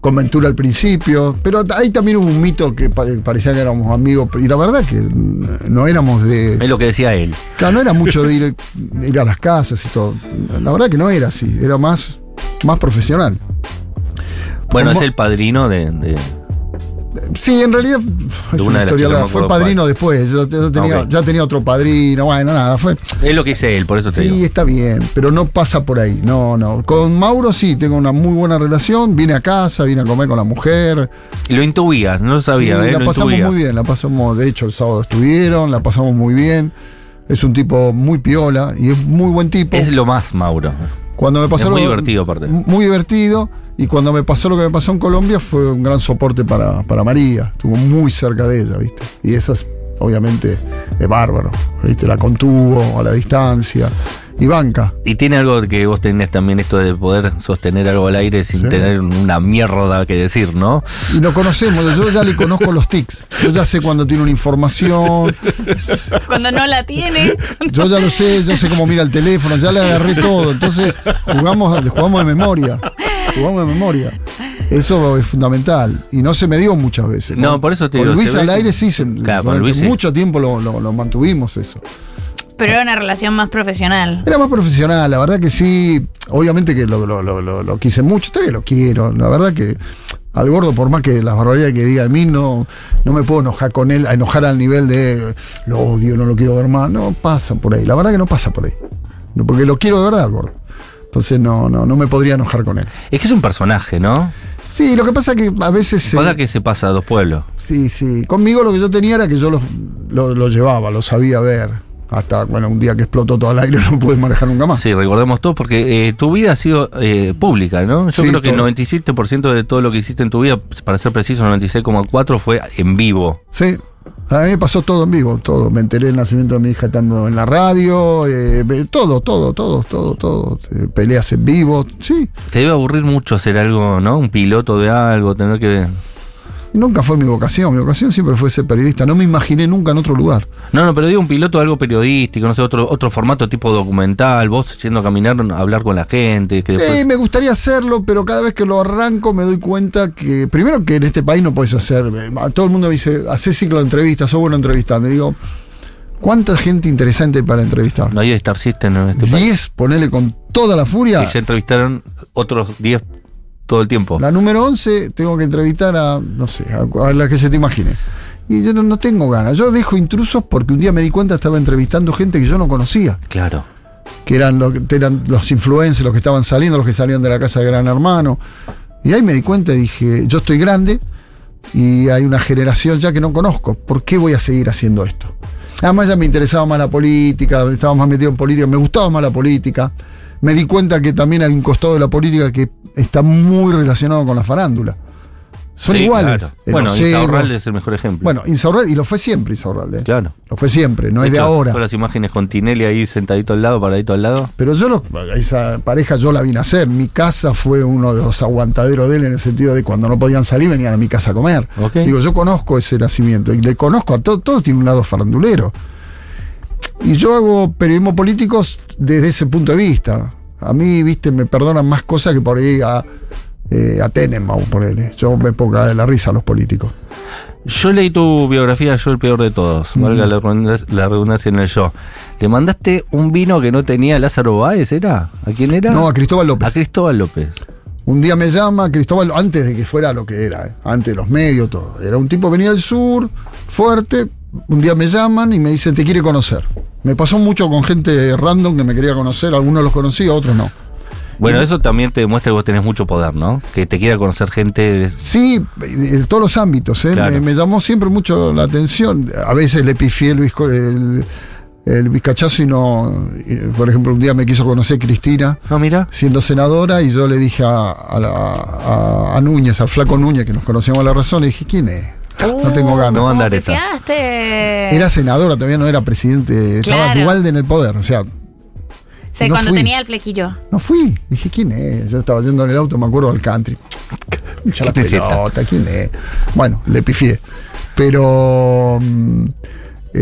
D: con Ventura al principio. Pero ahí también hubo un mito que pa- parecía que éramos amigos. Y la verdad que mm, no éramos de.
A: Es lo que decía él.
D: Claro, no era mucho de ir, de ir a las casas y todo. La verdad que no era así, era más, más profesional.
A: Bueno,
D: Como-
A: es el padrino de... de-
D: Sí, en realidad es
A: una
D: una
A: de las
D: historia
A: chicas, no me
D: larga. fue
A: acuerdo
D: padrino después, yo, yo tenía,
A: ok.
D: ya tenía otro padrino, bueno, nada, fue...
A: es lo que dice él, por eso te
D: Sí,
A: digo.
D: está bien, pero no pasa por ahí, no, no. Con Mauro sí, tengo una muy buena relación, vine a casa, vine a comer con la mujer.
A: Lo intuía, no lo sabía,
D: Sí,
A: eh,
D: la
A: lo
D: pasamos
A: intuía.
D: muy bien, la pasamos, de hecho el sábado estuvieron, la pasamos muy bien. Es un tipo muy piola y es muy buen tipo.
A: Es lo más, Mauro.
D: Cuando me pasó
A: Es muy
D: lo-
A: divertido, aparte.
D: Muy divertido. Y cuando me pasó lo que me pasó en Colombia fue un gran soporte para, para María. Estuvo muy cerca de ella, ¿viste? Y eso es, obviamente, es bárbaro. ¿Viste? La contuvo a la distancia. Y banca.
A: Y tiene algo que vos tenés también esto de poder sostener algo al aire sin
D: Sí.
A: tener una mierda que decir, ¿no?
D: Y nos conocemos. Yo ya le conozco los tics. Yo ya sé cuando tiene una información.
C: Cuando no la tiene.
D: Yo ya lo sé. Yo sé cómo mira el teléfono. Ya le agarré todo. Entonces, jugamos, jugamos de memoria. Jugamos de memoria. Eso es fundamental. Y no se me dio muchas veces.
A: No, por eso te
D: Con
A: digo,
D: Luis
A: te
D: al
A: ve-
D: aire sí, se,
A: Claro, con
D: durante
A: Luis sí.
D: mucho tiempo lo, lo- lo mantuvimos eso.
C: Pero era una relación más profesional.
D: Era más profesional, la verdad que sí. Obviamente que lo, lo- lo- lo- lo quise mucho, todavía lo quiero. La verdad que al gordo, por más que las barbaridades que diga de mí, no, no me puedo enojar con él, a enojar al nivel de eh, lo odio, no lo quiero ver más. No pasa por ahí, la verdad que no pasa por ahí. No, Porque lo quiero de verdad al gordo. Entonces no, no, no me podría enojar con él.
A: Es que es un personaje, ¿no?
D: Sí, lo que pasa es que a veces. eh,
A: Pasa que se pasa a dos pueblos.
D: Sí, sí. Conmigo lo que yo tenía era que yo los- lo, lo llevaba, lo sabía ver. Hasta, bueno, un día que explotó todo el aire no pude manejar nunca más.
A: Sí, recordemos todo, porque eh, tu vida ha sido eh, pública, ¿no? Yo
D: Sí,
A: creo que
D: todo.
A: el 97% de todo lo que hiciste en tu vida, para ser preciso, 96,4% fue en vivo.
D: Sí. A mí me pasó todo en vivo, todo. Me enteré del nacimiento de mi hija estando en la radio, eh, ve- todo, todo, todo, todo, todo. Eh, peleas en vivo, sí.
A: Te debe aburrir mucho hacer algo, ¿no? Un piloto de algo, tener que...
D: Nunca fue mi vocación, mi vocación siempre fue ser periodista. No me imaginé nunca en otro lugar.
A: No, no, pero digo un piloto de algo periodístico, no sé, otro otro formato tipo documental, vos yendo a caminar, a hablar con la gente, que después...
D: Eh, me gustaría hacerlo, pero cada vez que lo arranco me doy cuenta que, primero que en este país no puedes hacer, eh, todo el mundo me dice, haces ciclo de entrevistas, sos bueno entrevistando. Y digo, ¿cuánta gente interesante para entrevistar?
A: No hay Star System en este país.
D: 10, ponele con toda la furia.
A: Y ya entrevistaron otros 10 todo el tiempo.
D: La número 11 tengo que entrevistar a, no sé, a, a la que se te imagine. Y yo no, no tengo ganas. Yo dejo intrusos porque un día me di cuenta estaba entrevistando gente que yo no conocía,
A: Claro.
D: que eran, lo- que eran los influencers, los que estaban saliendo, los que salían de la casa de Gran Hermano. Y ahí me di cuenta y dije, yo estoy grande y hay una generación ya que no conozco. ¿Por qué voy a seguir haciendo esto? Además ya me interesaba más la política, estaba más metido en política, me gustaba más la política. Me di cuenta que también hay un costado de la política que está muy relacionado con la farándula. Son
A: Sí,
D: iguales.
A: claro.
D: El
A: Bueno,
D: Ocego.
A: Insaurralde es el mejor ejemplo.
D: Bueno, Insaurralde, y lo fue siempre Insaurralde. ¿eh?
A: claro.
D: Lo fue siempre, no es de
A: Esto,
D: ahora.
A: todas las imágenes con Tinelli ahí sentadito al lado, paradito al lado.
D: Pero yo los- a esa pareja yo la vi nacer. Mi casa fue uno de los aguantaderos de él en el sentido de cuando no podían salir venían a mi casa a comer.
A: Ok.
D: Digo, yo conozco ese nacimiento y le conozco a todos, todos tienen un lado farandulero. Y yo hago periodismo político desde ese punto de vista. A mí, viste, me perdonan más cosas que por ahí a, eh, a Tenenbaum, por él. Yo me pongo a dar de la risa a los políticos.
A: Yo leí tu biografía, yo el peor de todos, valga la redundancia- la redundancia en el yo. ¿Le mandaste un vino que no tenía Lázaro Báez, era? ¿A quién era?
D: No, a Cristóbal López.
A: A Cristóbal López.
D: Un día me llama Cristóbal, antes de que fuera lo que era, ¿eh? antes de los medios, todo. Era un tipo que venía del sur, fuerte. Un día me llaman y me dicen, te quiere conocer. Me pasó mucho con gente random que me quería conocer, algunos los conocía, otros no.
A: Bueno, eso también te demuestra que vos tenés mucho poder, ¿no? Que te quiera conocer gente. de-
D: Sí, en todos los ámbitos, ¿eh?
A: Claro.
D: me, me llamó siempre mucho la atención. A veces le pifié el, bizco- el, el bizcachazo y no. y, Por ejemplo, un día me quiso conocer Cristina.
A: No, mira.
D: siendo senadora y yo le dije a, a la- a- a Núñez, al flaco Núñez, que nos conocíamos a la razón, le dije, ¿quién es? No tengo ganas.
A: No va a andar
C: ¿cómo
A: esta.
C: pifiaste?
D: Era senadora, todavía no era presidente, estaba
C: Claro.
D: Dualde en el poder, o sea,
C: Sí,
D: no
C: cuando
D: fui.
C: tenía el flequillo.
D: no fui, dije, ¿quién es? Yo estaba yendo en el auto, me acuerdo del country. Ya la
A: ¿Quién es esta?
D: pelota, ¿quién es? Bueno, le pifié. Pero... mm, eh,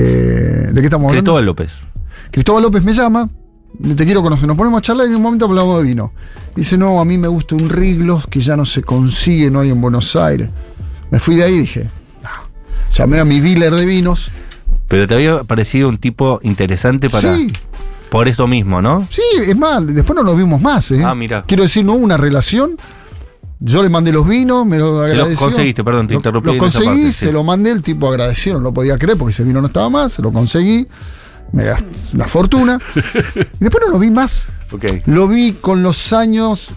D: ¿De qué estamos hablando?
A: Cristóbal López.
D: Cristóbal López me llama, te quiero conocer, nos ponemos a charlar y en un momento hablamos de vino. Dice, no, a mí me gusta un Riglos que ya no se consigue, no hay en Buenos Aires. Me fui de ahí y dije, no. llamé a mi dealer de vinos.
A: Pero te había parecido un tipo interesante para.
D: Sí,
A: Por eso mismo, ¿no?
D: sí, es más, después no nos vimos más. ¿eh?
A: Ah, mirá.
D: Quiero decir, no hubo una relación. Yo le mandé los vinos, me los agradeció.
A: conseguiste, perdón, te
D: Lo-
A: interrumpí
D: Los
A: en esa
D: conseguí,
A: parte,
D: se
A: sí.
D: lo mandé, el tipo agradeció, no lo podía creer porque ese vino no estaba más, se lo conseguí, me gasté una fortuna. y después no lo vi más.
A: Ok.
D: Lo vi con los años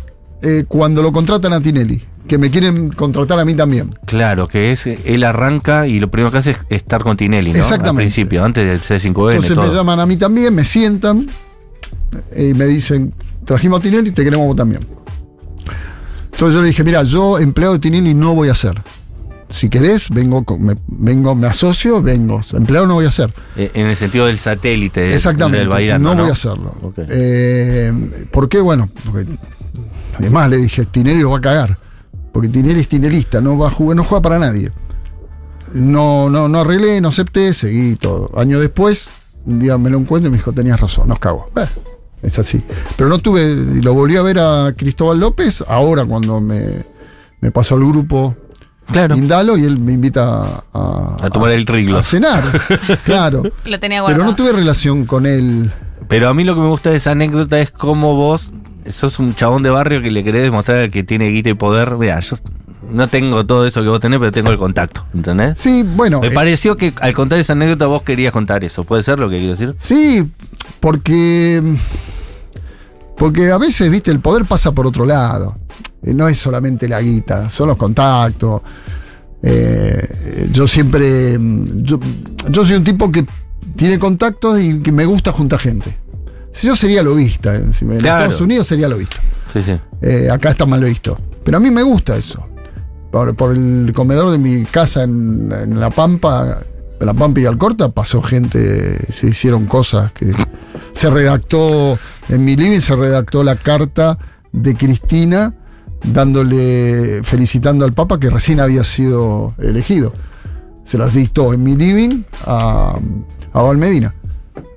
D: eh, cuando lo contratan a Tinelli, que me quieren contratar a mí también.
A: Claro, que es. Él arranca y lo primero que hace es estar con Tinelli, ¿no?
D: Exactamente.
A: Al principio, antes del C5N.
D: Entonces
A: todo.
D: me llaman a mí también, me sientan eh, y me dicen, trajimos a Tinelli, te queremos vos también. Entonces yo le dije, mira, yo empleado de Tinelli no voy a ser. Si querés, vengo, con- me, vengo, me asocio, vengo. Empleado no voy a ser.
A: Eh, En el sentido del satélite del-
D: Exactamente.
A: del bailando.
D: no, voy a hacerlo.
A: Ok.
D: Eh, ¿Por qué? Bueno, porque además le dije, Tinelli lo va a cagar. Porque Tinelli es tinerista, no va a jugar, no juega para nadie. No, no, no arreglé, no acepté, seguí todo. Año después, un día me lo encuentro y me dijo, tenías razón, nos cago. Eh, es así. Pero no tuve, y lo volví a ver a Cristóbal López ahora cuando me, me pasó al grupo
A: Claro.
D: Indalo y él me invita a,
A: A tomar el Riglos.
D: A cenar, claro.
C: Lo tenía guardado.
D: Pero no tuve relación con él.
A: Pero a mí lo que me gusta de esa anécdota es cómo vos sos un chabón de barrio que le querés demostrar al que tiene guita y poder. Mira, yo no tengo todo eso que vos tenés, pero tengo el contacto. ¿Entendés?
D: Sí, bueno.
A: me
D: eh,
A: pareció que al contar esa anécdota vos querías contar eso. ¿Puede ser lo que quiero decir?
D: Sí, porque mm, Porque a veces, viste, el poder pasa por otro lado. Eh, No es solamente la guita, son los contactos. Eh, yo siempre. mm, Yo, yo soy un tipo que tiene contactos y que me gusta juntar gente. Si yo sería lobista, eh, si me- en
A: Claro.
D: Estados Unidos sería lobista.
A: Sí, sí.
D: Eh, acá está mal visto. Pero a mí me gusta eso. Por, por el comedor de mi casa en, en La Pampa, en La Pampa y Alcorta, pasó gente, se hicieron cosas que. Se redactó, en mi living se redactó la carta de Cristina dándole, felicitando al Papa que recién había sido elegido. Se las dictó en mi living a, a Val Medina.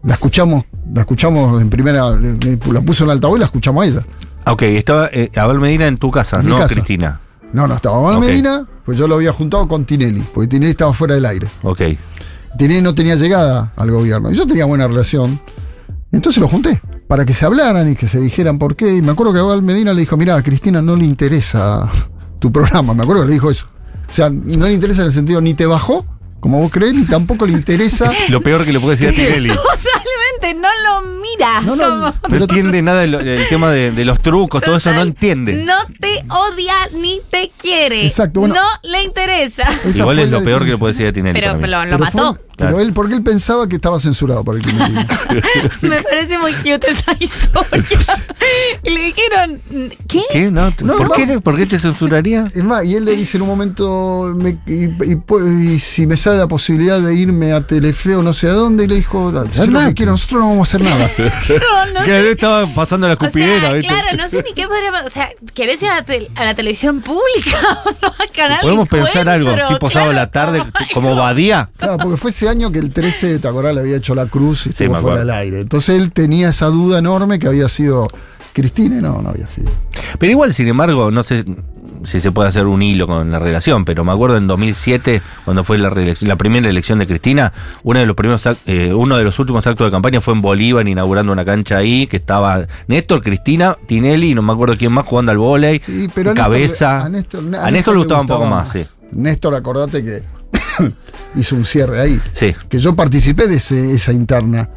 D: La escuchamos, la escuchamos en primera, le- le- la puso en altavoz y la escuchamos a ella.
A: Ah, Ok, estaba eh, Abel Medina en tu casa,
D: En mi
A: no
D: casa.
A: Cristina.
D: No, no estaba mal
A: Ok.
D: Medina, pues yo lo había juntado con Tinelli, porque Tinelli estaba fuera del aire.
A: Ok.
D: Tinelli no tenía llegada al gobierno, y yo tenía buena relación. Entonces lo junté, para que se hablaran y que se dijeran por qué. Y me acuerdo que Abel Medina le dijo, mira, a Cristina no le interesa tu programa, me acuerdo que le dijo eso. O sea, no le interesa en el sentido ni te bajó, como vos crees, ni tampoco le interesa...
B: Lo peor que le puede decir a Tinelli.
C: Totalmente, no lo mira.
D: No, no,
C: como-
A: No entiende nada del, del tema de, de los trucos, todo eso no
C: Total,
A: entiende.
C: No te odia ni te quiere.
D: Exacto, bueno.
C: no le interesa.
D: esa
A: Igual
D: fue
A: es lo
D: la
A: peor que le
D: definición.
A: puede decir a Tinelli.
C: Pero
A: para mí.
C: lo, lo
D: Pero fue-
C: mató.
A: Claro.
D: pero él, porque él pensaba que estaba censurado por el Tinelli.
C: Me parece muy cute esa historia. Y le dijeron, ¿qué?
A: ¿Qué? No, t-
D: No,
A: ¿por,
D: no.
A: Qué, ¿Por qué te censuraría?
D: Es más, y él le dice en un momento, me- y, y pu- y si me sale la posibilidad de irme a Telefeo no sé a dónde, y le dijo, "Ah, haz lo que quiera, nosotros no vamos a hacer nada.
C: No, no sé.
B: estaba pasando la
C: O sea, claro, no sé ni qué podríamos. O sea, ¿querés ir a la, tel- a la televisión pública o no al canal?
A: Podemos pensar algo,
C: Encuentro?
A: tipo sábado a la
C: Claro,
A: tarde,
C: oh my
A: como
C: God.
A: Badía.
D: Claro, porque fue ese año que el 13, ¿te acordás? Le había hecho la cruz y
A: Sí,
D: estuvo
A: me
D: fuera
A: acuerdo.
D: del aire. Entonces él tenía esa duda enorme que había sido Cristina, y no, no había sido.
A: Pero igual, sin embargo, no sé si se puede hacer un hilo con la relación, pero me acuerdo en 2007, cuando fue la, reelección- la primera elección de Cristina, uno de los primeros ac- eh, uno de los últimos actos de campaña fue en Bolívar inaugurando una cancha ahí, que estaba Néstor, Cristina, Tinelli, y no me acuerdo quién más jugando al vóley,
D: Sí, pero a Néstor-
A: cabeza.
D: a Néstor,
A: A Néstor le gustaba un poco más, sí.
D: Néstor, acordate que hizo un cierre ahí.
A: Sí.
D: que yo participé de ese- esa interna.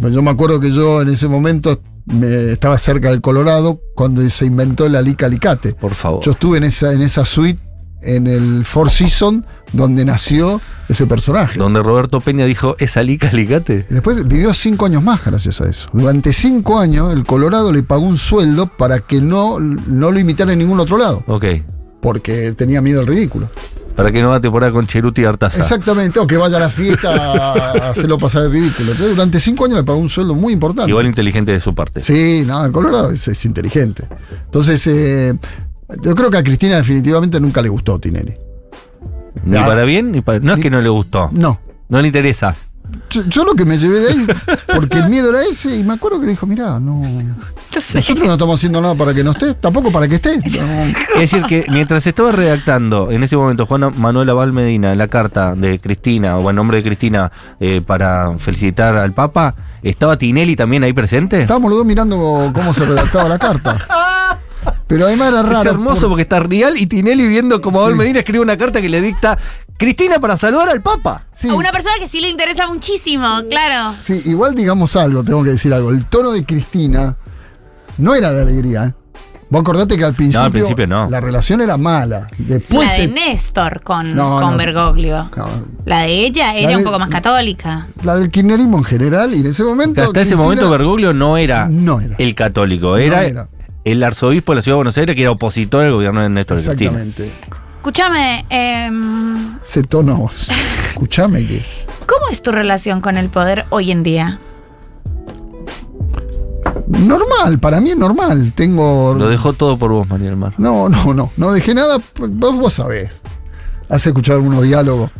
D: Pues yo me acuerdo que yo en ese momento me estaba cerca del Colorado cuando se inventó la Lica Alicate.
A: Por favor.
D: Yo estuve en esa, en esa suite en el Four Seasons donde nació ese personaje.
A: Donde Roberto Peña dijo, es Alica Alicate.
D: Y Después vivió cinco años más gracias a eso. Durante cinco años el Colorado le pagó un sueldo para que no, no lo imitara en ningún otro lado,
A: Ok.
D: porque tenía miedo al ridículo.
A: Para que no va temporada con Cheruti y Artaza.
D: Exactamente, o que vaya a la fiesta a hacerlo pasar el ridículo. Entonces, durante cinco años le pagó un sueldo muy importante.
A: Igual inteligente de su parte.
D: Sí, no, el Colorado es, es inteligente. Entonces, eh, yo creo que a Cristina definitivamente nunca le gustó Tinelli.
A: Ni
D: Ah.
A: para bien, ni para... No es que no le gustó.
D: No.
A: No le interesa.
D: Yo, yo lo que me llevé de ahí, porque el miedo era ese, y me acuerdo que le dijo, mirá, no, nosotros no estamos haciendo nada para que no esté, tampoco para que esté. No.
A: Es decir, que mientras estaba redactando en ese momento Juan Manuel Aval Medina la carta de Cristina o en nombre de Cristina eh, para felicitar al Papa, ¿estaba Tinelli también ahí presente?
D: Estábamos los dos mirando cómo se redactaba la carta. Pero además era raro.
A: Es hermoso
D: porque-
A: porque está Rial y Tinelli viendo como Abel
D: Sí.
A: Medina escribe una carta que le dicta Cristina para saludar al Papa.
D: sí,
C: A una persona que sí le interesa muchísimo, claro.
D: sí, igual digamos algo, tengo que decir algo. El tono de Cristina no era de alegría. ¿eh? Vos acordate que al principio,
A: principio no.
D: la relación era mala. Después
C: la de
D: se-
C: Néstor con,
D: No,
C: con
D: no.
C: Bergoglio.
D: No,
C: La de ella, ella
D: de-
C: un poco más católica.
D: la del kirchnerismo en general y en ese momento.
A: Hasta ese
D: Cristina
A: momento Bergoglio no era
D: no era.
A: el católico, era,
D: era.
A: el arzobispo de la ciudad de Buenos Aires que era opositor al gobierno de Néstor Cristina.
D: Exactamente.
C: Escúchame, em,
D: Ese tono. Escuchame que.
C: ¿cómo es tu relación con el poder hoy en día?
D: Normal, para mí es normal. Tengo.
A: Lo dejó todo por vos, María del Mar.
D: No, no, no. No dejé nada. Vos, vos sabés. Has escuchado algunos diálogos.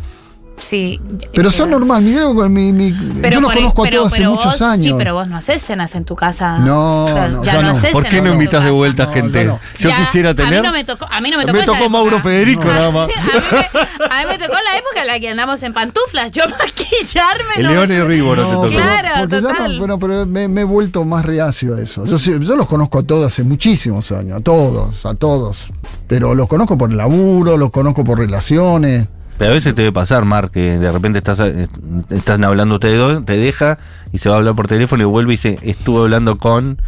C: Sí.
D: Pero son normal. Mi diálogo con mi. mi- yo los
C: por-
D: conozco a
C: pero-
D: todos hace
C: pero
D: muchos
C: vos-
D: años.
C: Sí, pero vos no haces cenas en tu casa.
D: No,
C: O sea,
D: no,
C: ya
D: ya
C: no
D: no.
C: haces
D: ¿Por qué
C: cenas
D: no
C: en tu
D: invitas
C: casa.
D: No, gente? yo no.
C: Ya, A mí no me tocó, a mí no me
A: Me
C: tocó
A: tocó
C: esa
A: Mauro
C: época.
A: Federico,
C: No.
A: nada más.
C: A mí, me, a mí me tocó la época en la que andamos en pantuflas. Yo maquillarme.
A: El
C: no-
A: León y Rívoro te
D: No,
A: tocó.
D: pero-
C: Claro,
D: porque ya
C: total.
D: no- pero, pero me, me he vuelto más reacio a eso. Yo, sí- yo los conozco a todos hace muchísimos años, a todos, a todos. Pero los conozco por laburo, los conozco por relaciones.
A: Pero a veces te debe pasar, Mar, que de repente estás, eh, están hablando ustedes dos, te deja y se va a hablar por teléfono y vuelve y dice, estuve hablando con...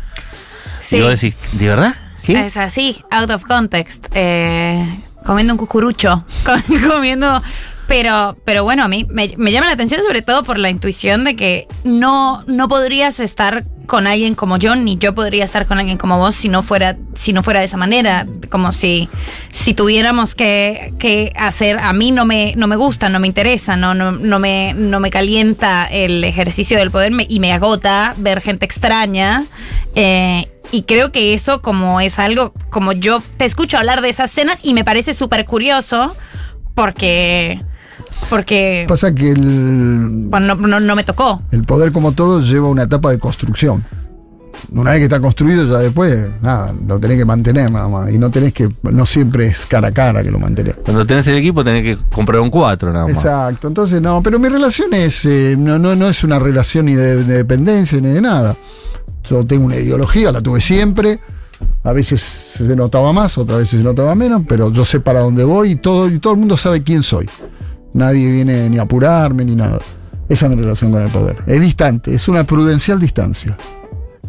C: Sí.
A: Y vos decís, ¿de verdad? ¿Qué?
C: Es así, out of context. eh, comiendo un cucurucho. com- comiendo. Pero, pero bueno, a mí me, me llama la atención sobre todo por la intuición de que no, no podrías estar con alguien como yo, ni yo podría estar con alguien como vos si no fuera, si no fuera de esa manera. Como si, si tuviéramos que, que hacer. A mí no me, no me gusta, no me interesa, no, no, no, me, no me calienta el ejercicio del poder me- y me agota ver gente extraña. eh, y creo que eso como es algo, como yo te escucho hablar de esas cenas y me parece súper curioso porque, porque
A: Pues-
D: Pasa que el,
C: bueno, no, no- no me tocó.
D: el poder, como todo, lleva una etapa de construcción. Una vez que está construido, ya después, nada, lo tenés que mantener nada más. Y no tenés que, no siempre es cara a cara que lo mantenés.
A: Cuando tenés el equipo tenés que comprar un 4 nada más.
D: Exacto, entonces no, pero mi relación es, eh, no, no, no es una relación ni de, de dependencia ni de nada. Yo tengo una ideología, la tuve siempre. A veces se notaba más, otras veces se notaba menos, pero yo sé para dónde voy y todo, y todo el mundo sabe quién soy. Nadie viene ni a apurarme ni nada. Esa es mi relación con el poder. Es distante, es una prudencial distancia,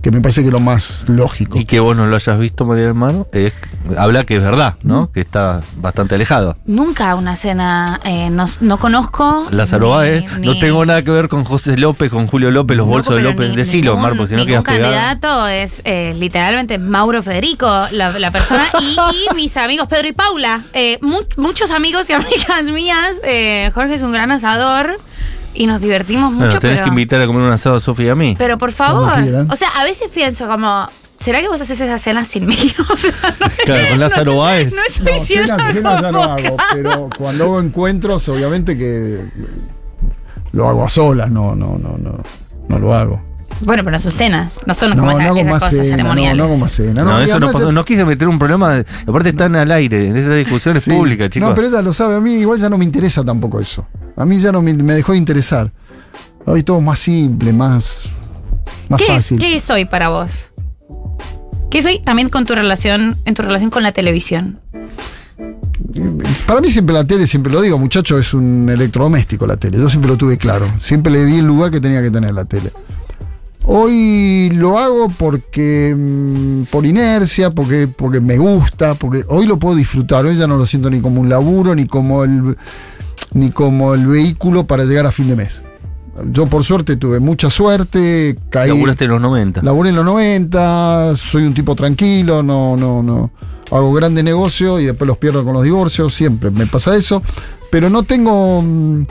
D: que me parece que es lo más lógico.
A: Y que vos no lo hayas visto, María del Mar, es- habla que es verdad, ¿no?
C: Mm.
A: Que está bastante alejado.
C: Nunca una cena, eh, no, no conozco.
A: Lázaro
C: ni-
A: Báez, no
C: ni-
A: tengo nada que ver con José López, con Julio López, los
C: No,
A: bolsos de
C: pero
A: López.
C: ni-
A: Decilo,
C: ningún-
A: Mar, porque si no quedas
C: ningún
A: pegada.
C: candidato es eh, literalmente Mauro Federico, la, la persona, y, y mis amigos Pedro y Paula. Eh, mu- muchos amigos y amigas mías. eh, Jorge es un gran asador y nos divertimos
A: Bueno,
C: mucho.
A: tenés
C: pero,
A: que invitar a comer un asado a Sofía y a mí.
C: pero por
D: Cuando
C: favor,
D: quieran.
C: o sea, a veces pienso como... ¿Será que vos haces esa cena sin mí? O sea, no,
A: claro, con Lázaro Báez.
C: no estoy
D: No,
C: siendo
D: cenas, cenas ya no hago,
C: convocada.
D: pero cuando hago encuentros, obviamente que lo hago a solas, no, no, no, no, no lo hago.
C: Bueno, pero no son cenas, no son
D: No,
C: como
D: no
C: esas,
D: hago
C: esas
D: más
C: cosas
D: cena, no,
C: ceremoniales.
D: no hago más cena.
A: No,
D: y
A: eso no
D: además
A: pasó.
D: ya-
A: No quise meter un problema. Aparte están al aire. Esa discusión es
D: sí,
A: pública, chicos.
D: No, pero ella lo sabe, a mí igual ya no me interesa tampoco eso. A mí ya no me, me dejó de interesar. Hoy todo es más simple, más, más
C: ¿Qué, es,
D: fácil.
C: ¿Qué soy para vos? ¿Qué soy también con tu relación, en tu relación con la televisión?
D: Para mí siempre la tele, siempre lo digo, muchacho, es un electrodoméstico la tele. Yo siempre lo tuve claro. Siempre le di el lugar que tenía que tener la tele. Hoy lo hago porque mm, por inercia, porque, porque me gusta, porque hoy lo puedo disfrutar, hoy ya no lo siento ni como un laburo, ni como el ni como el vehículo para llegar a fin de mes. Yo por suerte tuve mucha suerte, caí.
A: Laburaste en los 90.
D: Laburé en los 90, soy un tipo tranquilo, no, no, no. Hago grandes negocios y después los pierdo con los divorcios, siempre me pasa eso. Pero no tengo. mm,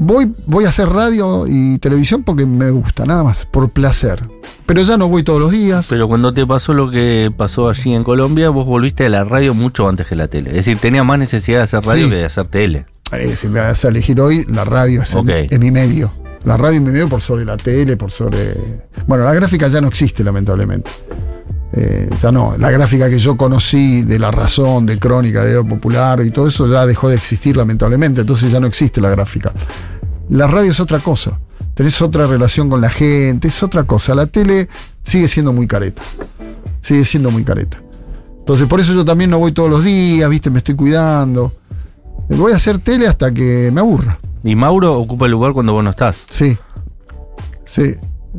D: Voy, voy a hacer radio y televisión porque me gusta, nada más, por placer. Pero ya no voy todos los días.
A: Pero cuando te pasó lo que pasó allí en Colombia, vos volviste a la radio mucho antes que la tele. Es decir, tenías más necesidad de hacer radio
D: Sí.
A: que de hacer tele.
D: Eh, Si me vas a elegir hoy, la radio es, el-
A: Ok.
D: es mi medio. La radio es mi medio por sobre la tele, por sobre. Bueno, la gráfica ya no existe, lamentablemente. Eh, ya no. La gráfica que yo conocí de La Razón, de Crónica, de Aero Popular y todo eso ya dejó de existir, lamentablemente. Entonces ya no existe la gráfica. La radio es otra cosa. Tenés otra relación con la gente, es otra cosa. La tele sigue siendo muy careta. Sigue siendo muy careta. Entonces, por eso yo también no voy todos los días, ¿viste? Me estoy cuidando. Voy a hacer tele hasta que me aburra.
A: Y Mauro ocupa el lugar cuando vos no estás.
D: Sí. Sí.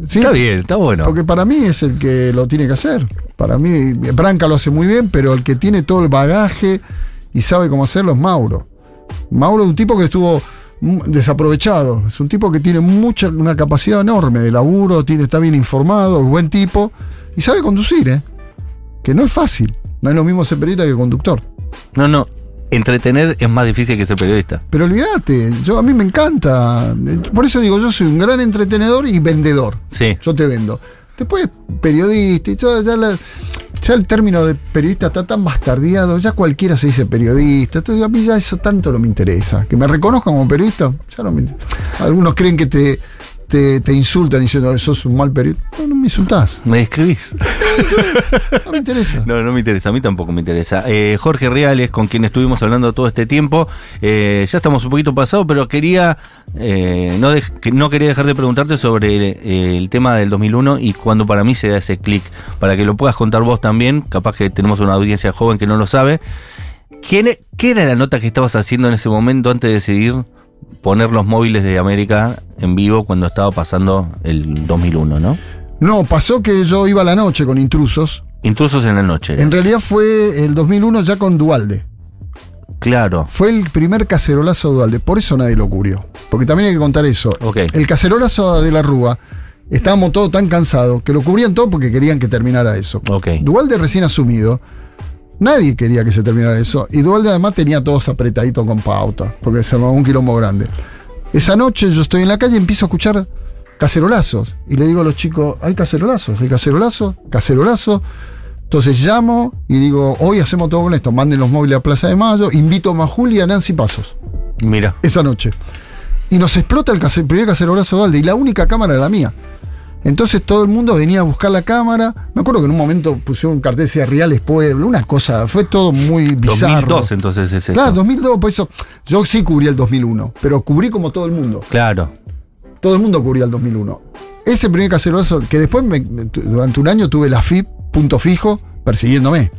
D: Sí.
A: Está bien, está bueno.
D: Porque para mí es el que lo tiene que hacer. Para mí, Branca lo hace muy bien, pero el que tiene todo el bagaje y sabe cómo hacerlo es Mauro. Mauro es un tipo que estuvo mm, desaprovechado. Es un tipo que tiene mucha, una capacidad enorme de laburo, tiene, está bien informado, es buen tipo y sabe conducir, ¿eh? Que no es fácil. No es lo mismo ser periodista que conductor.
A: No, no. Entretener es más difícil que ser periodista.
D: Pero olvídate, yo a mí me encanta. Por eso digo, yo soy un gran entretenedor y vendedor.
A: Sí.
D: Yo te vendo. Después periodista, y yo ya, la- ya el término de periodista está tan bastardeado, ya cualquiera se dice periodista. Entonces a mí ya eso tanto no me interesa. Que me reconozcan como periodista, ya no me Algunos creen que te, te, te insultan diciendo sos un mal periodista. No, no me insultás,
A: ¿Me describís?
D: no me interesa.
A: No, no me interesa, a mí tampoco me interesa. Eh, Jorge Reales, con quien estuvimos hablando todo este tiempo, eh, ya estamos un poquito pasado, pero quería eh, no, dej- que- no quería dejar de preguntarte sobre eh, el tema del 2001 y cuando para mí se da ese clic, para que lo puedas contar vos también, capaz que tenemos una audiencia joven que no lo sabe. ¿Quién e- ¿Qué era la nota que estabas haciendo en ese momento antes de decidir poner los móviles de América en vivo cuando estaba pasando el 2001, no?
D: No, pasó que yo iba a la noche con intrusos
A: Intrusos en la noche.
D: En realidad fue el 2001 ya con Dualde.
A: Claro.
D: Fue el primer cacerolazo de Dualde. Por eso nadie lo cubrió. Porque también hay que contar eso.
A: Ok.
D: El cacerolazo de la Rúa, estábamos todos tan cansados que lo cubrían todo porque querían que terminara eso.
A: Ok.
D: Dualde recién asumido, nadie quería que se terminara eso. Y Dualde además tenía a todos apretaditos con pauta, porque se armaba un quilombo grande. Esa noche yo estoy en la calle y empiezo a escuchar cacerolazos. Y le digo a los chicos, hay cacerolazos, hay cacerolazos, cacerolazos. Entonces llamo y digo, hoy hacemos todo con esto, manden los móviles a Plaza de Mayo, invito a Majul y a Nancy Pasos
A: Mira.
D: esa noche. Y nos explota el, case- el primer cacerolazo de Valde y la única cámara era la mía. Entonces todo el mundo venía a buscar la cámara. Me acuerdo que en un momento pusieron un cartel que decía Reales Pueblo, una cosa, fue todo muy bizarro.
A: 2002 entonces es
D: Claro,
A: esto.
D: 2002, por eso yo sí cubrí el 2001, pero cubrí como todo el mundo.
A: Claro.
D: Todo el mundo cubría el 2001. Ese primer cacerolazo, que después me- me- tu- durante un año tuve la FIP, punto fijo, persiguiéndome.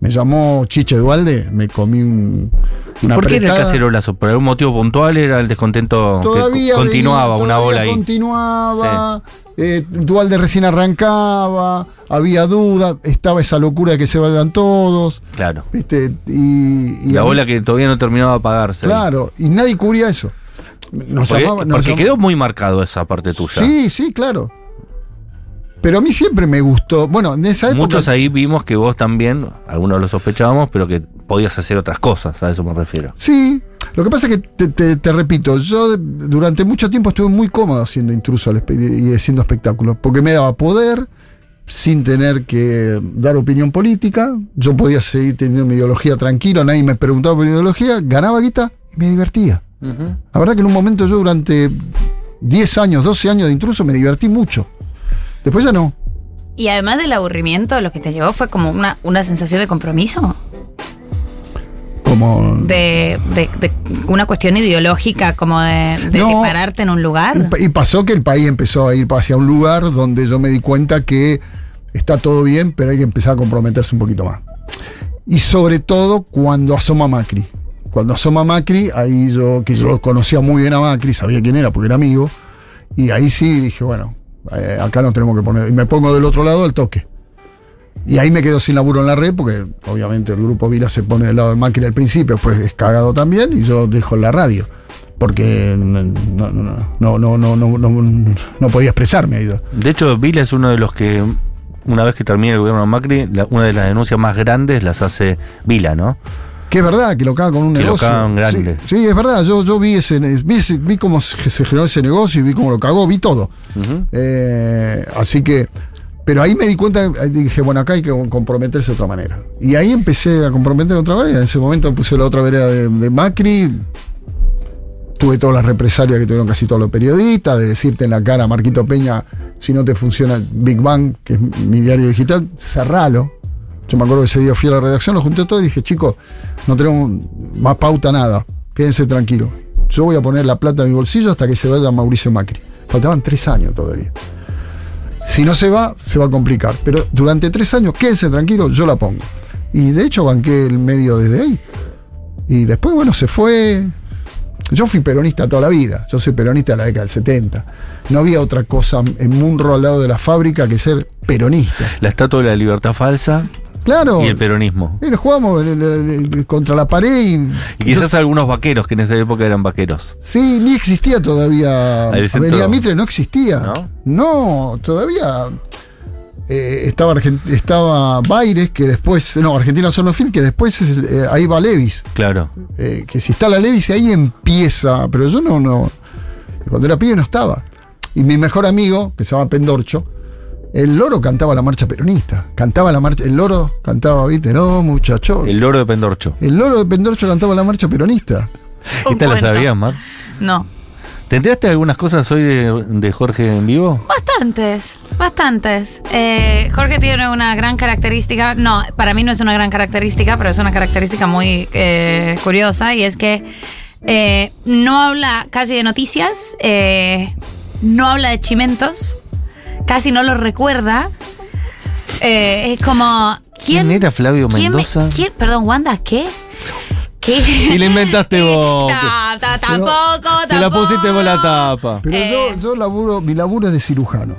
D: Me llamó Chiche Dualde, me comí un.
A: ¿Y
D: una
A: por qué era el
D: apretada.
A: cacerolazo? ¿Por algún motivo puntual era el descontento
D: todavía
A: que co- continuaba
D: venía,
A: una
D: todavía
A: bola ahí?
D: Continuaba. eh, Dualde recién arrancaba, había duda, estaba esa locura de que se vayan todos,
A: Claro.
D: ¿viste? Y, y
A: la
D: a mí-
A: bola que todavía no terminaba de apagarse.
D: Claro, y nadie cubría eso. Nos
A: Porque,
D: llamaba- nos
A: porque
D: llam-
A: quedó muy marcado esa parte tuya.
D: Sí, sí, claro. Pero a mí siempre me gustó. Bueno, en esa época.
A: Muchos ahí vimos que vos también, algunos lo sospechábamos, pero que podías hacer otras cosas, a eso me refiero.
D: Sí. Lo que pasa es que, te, te- te repito, yo durante mucho tiempo estuve muy cómodo siendo intruso al espe- y haciendo espectáculos, porque me daba poder sin tener que dar opinión política, yo podía seguir teniendo mi ideología tranquilo, nadie me preguntaba por ideología, ganaba guita y me divertía. La verdad que en un momento yo durante 10 años, 12 años de intruso me divertí mucho. Después ya no.
C: Y además del aburrimiento, lo que te llevó fue como una, una sensación de compromiso,
D: Como...
C: de, de- de una cuestión ideológica, como de, de,
D: No.
C: de pararte en un lugar.
D: Y pa- Y, pasó que el país empezó a ir hacia un lugar donde yo me di cuenta que está todo bien, pero hay que empezar a comprometerse un poquito más. Y sobre todo cuando asoma Macri. Cuando asoma Macri, ahí yo, que yo conocía muy bien a Macri, sabía quién era porque era amigo, y ahí sí dije, bueno, eh, acá nos tenemos que poner. Y me pongo del otro lado al toque. Y ahí me quedo sin laburo en la red, porque obviamente el grupo Vila se pone del lado de Macri al principio, pues es cagado también, y yo dejo la radio. Porque no, no, no, no, no, no, no- no podía expresarme ahí.
A: De hecho, Vila es uno de los que, una vez que termine el gobierno de Macri, la- una de las denuncias más grandes las hace Vila, ¿no?
D: Que es verdad, que lo cagan con un
A: Que lo
D: negocio.
A: cagan grande.
D: sí, sí, es verdad, yo, yo vi, ese, vi, ese- vi cómo se se generó ese negocio y vi cómo lo cagó, vi todo.
A: Ujú.
D: Eh, así que, pero ahí me di cuenta, eh, dije, bueno, acá hay que comprometerse de otra manera. Y ahí empecé a comprometerme de otra manera. En ese momento puse la otra vereda de, de Macri. Tuve todas las represalias que tuvieron casi todos los periodistas, de decirte en la cara, Marquito Peña, si no te funciona Big Bang, que es mi diario digital, cerralo. Yo me acuerdo que ese día fui a la redacción, lo junté todo y dije, chicos, no tenemos más pauta, nada. Quédense tranquilos. Yo voy a poner la plata en mi bolsillo hasta que se vaya Mauricio Macri. Faltaban tres años todavía. Si no se va, se va a complicar. Pero durante tres años, quédense tranquilos, yo la pongo. Y de hecho banqué el medio desde ahí. Y después, bueno, se fue. Yo fui peronista toda la vida. Yo soy peronista de la década del 70. No había otra cosa en Munro al lado de la fábrica que ser peronista.
A: La estatua de la libertad falsa
D: Claro.
A: y el peronismo.
D: Eh, jugamos el- el- el- contra la pared y.
A: Y quizás algunos vaqueros, que en esa época eran vaqueros.
D: Sí, ni existía todavía.
A: El centro-
D: Avenida Mitre no existía.
A: ¿No?
D: No, todavía. eh, estaba, Argen- estaba Baires, que después. No, Argentina Sonofil, que después es, eh, ahí va Levis.
A: Claro.
D: eh, que si está la Levis, ahí empieza. Pero yo no, no. Cuando era pibe no estaba. Y mi mejor amigo, que se llama Pendorcho, el loro cantaba la marcha peronista. Cantaba la marcha. El loro cantaba, viste, no, muchacho.
A: El loro de Pendorcho.
D: El loro de Pendorcho cantaba la marcha peronista.
C: Un
A: Esta la
C: cuento.
A: sabías, Mar.
C: No.
A: ¿Te enteraste de algunas cosas hoy de, de Jorge en vivo?
C: Bastantes, bastantes. Eh, Jorge tiene una gran característica, no, para mí no es una gran característica, pero es una característica muy eh, curiosa y es que eh, no habla casi de noticias, eh, no habla de chimentos, casi no los recuerda. Eh, es como... ¿Quién,
A: ¿Quién era Flavio
C: quién me-
A: Mendoza?
C: quién- perdón, Wanda, ¿qué? ¿Qué?
A: Si la inventaste vos.
C: No, ta- tampoco, tampoco.
A: Se la pusiste por la tapa.
D: Pero
C: Eh.
D: yo, yo laburo, mi laburo es de cirujano.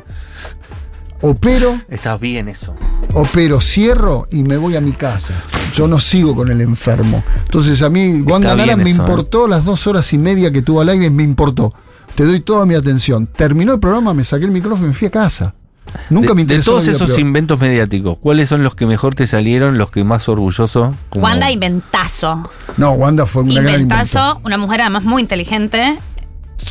D: Opero,
A: Está bien eso.
D: opero, cierro y me voy a mi casa. Yo no sigo con el enfermo. Entonces a mí, Wanda Nara
A: bien
D: me
A: eso, ¿eh?
D: importó las dos horas y media que tuvo al aire, me importó. Te doy toda mi atención. Terminó el programa, me saqué el micrófono y fui a casa. Nunca
A: de,
D: me
A: de
D: interesó.
A: todos
D: la vida
A: esos
D: privada.
A: inventos mediáticos, ¿cuáles son los que mejor te salieron, los que más orgulloso? como-
C: Wanda inventazo.
D: No, Wanda fue una gran inventora.
C: Inventazo, una mujer además muy inteligente,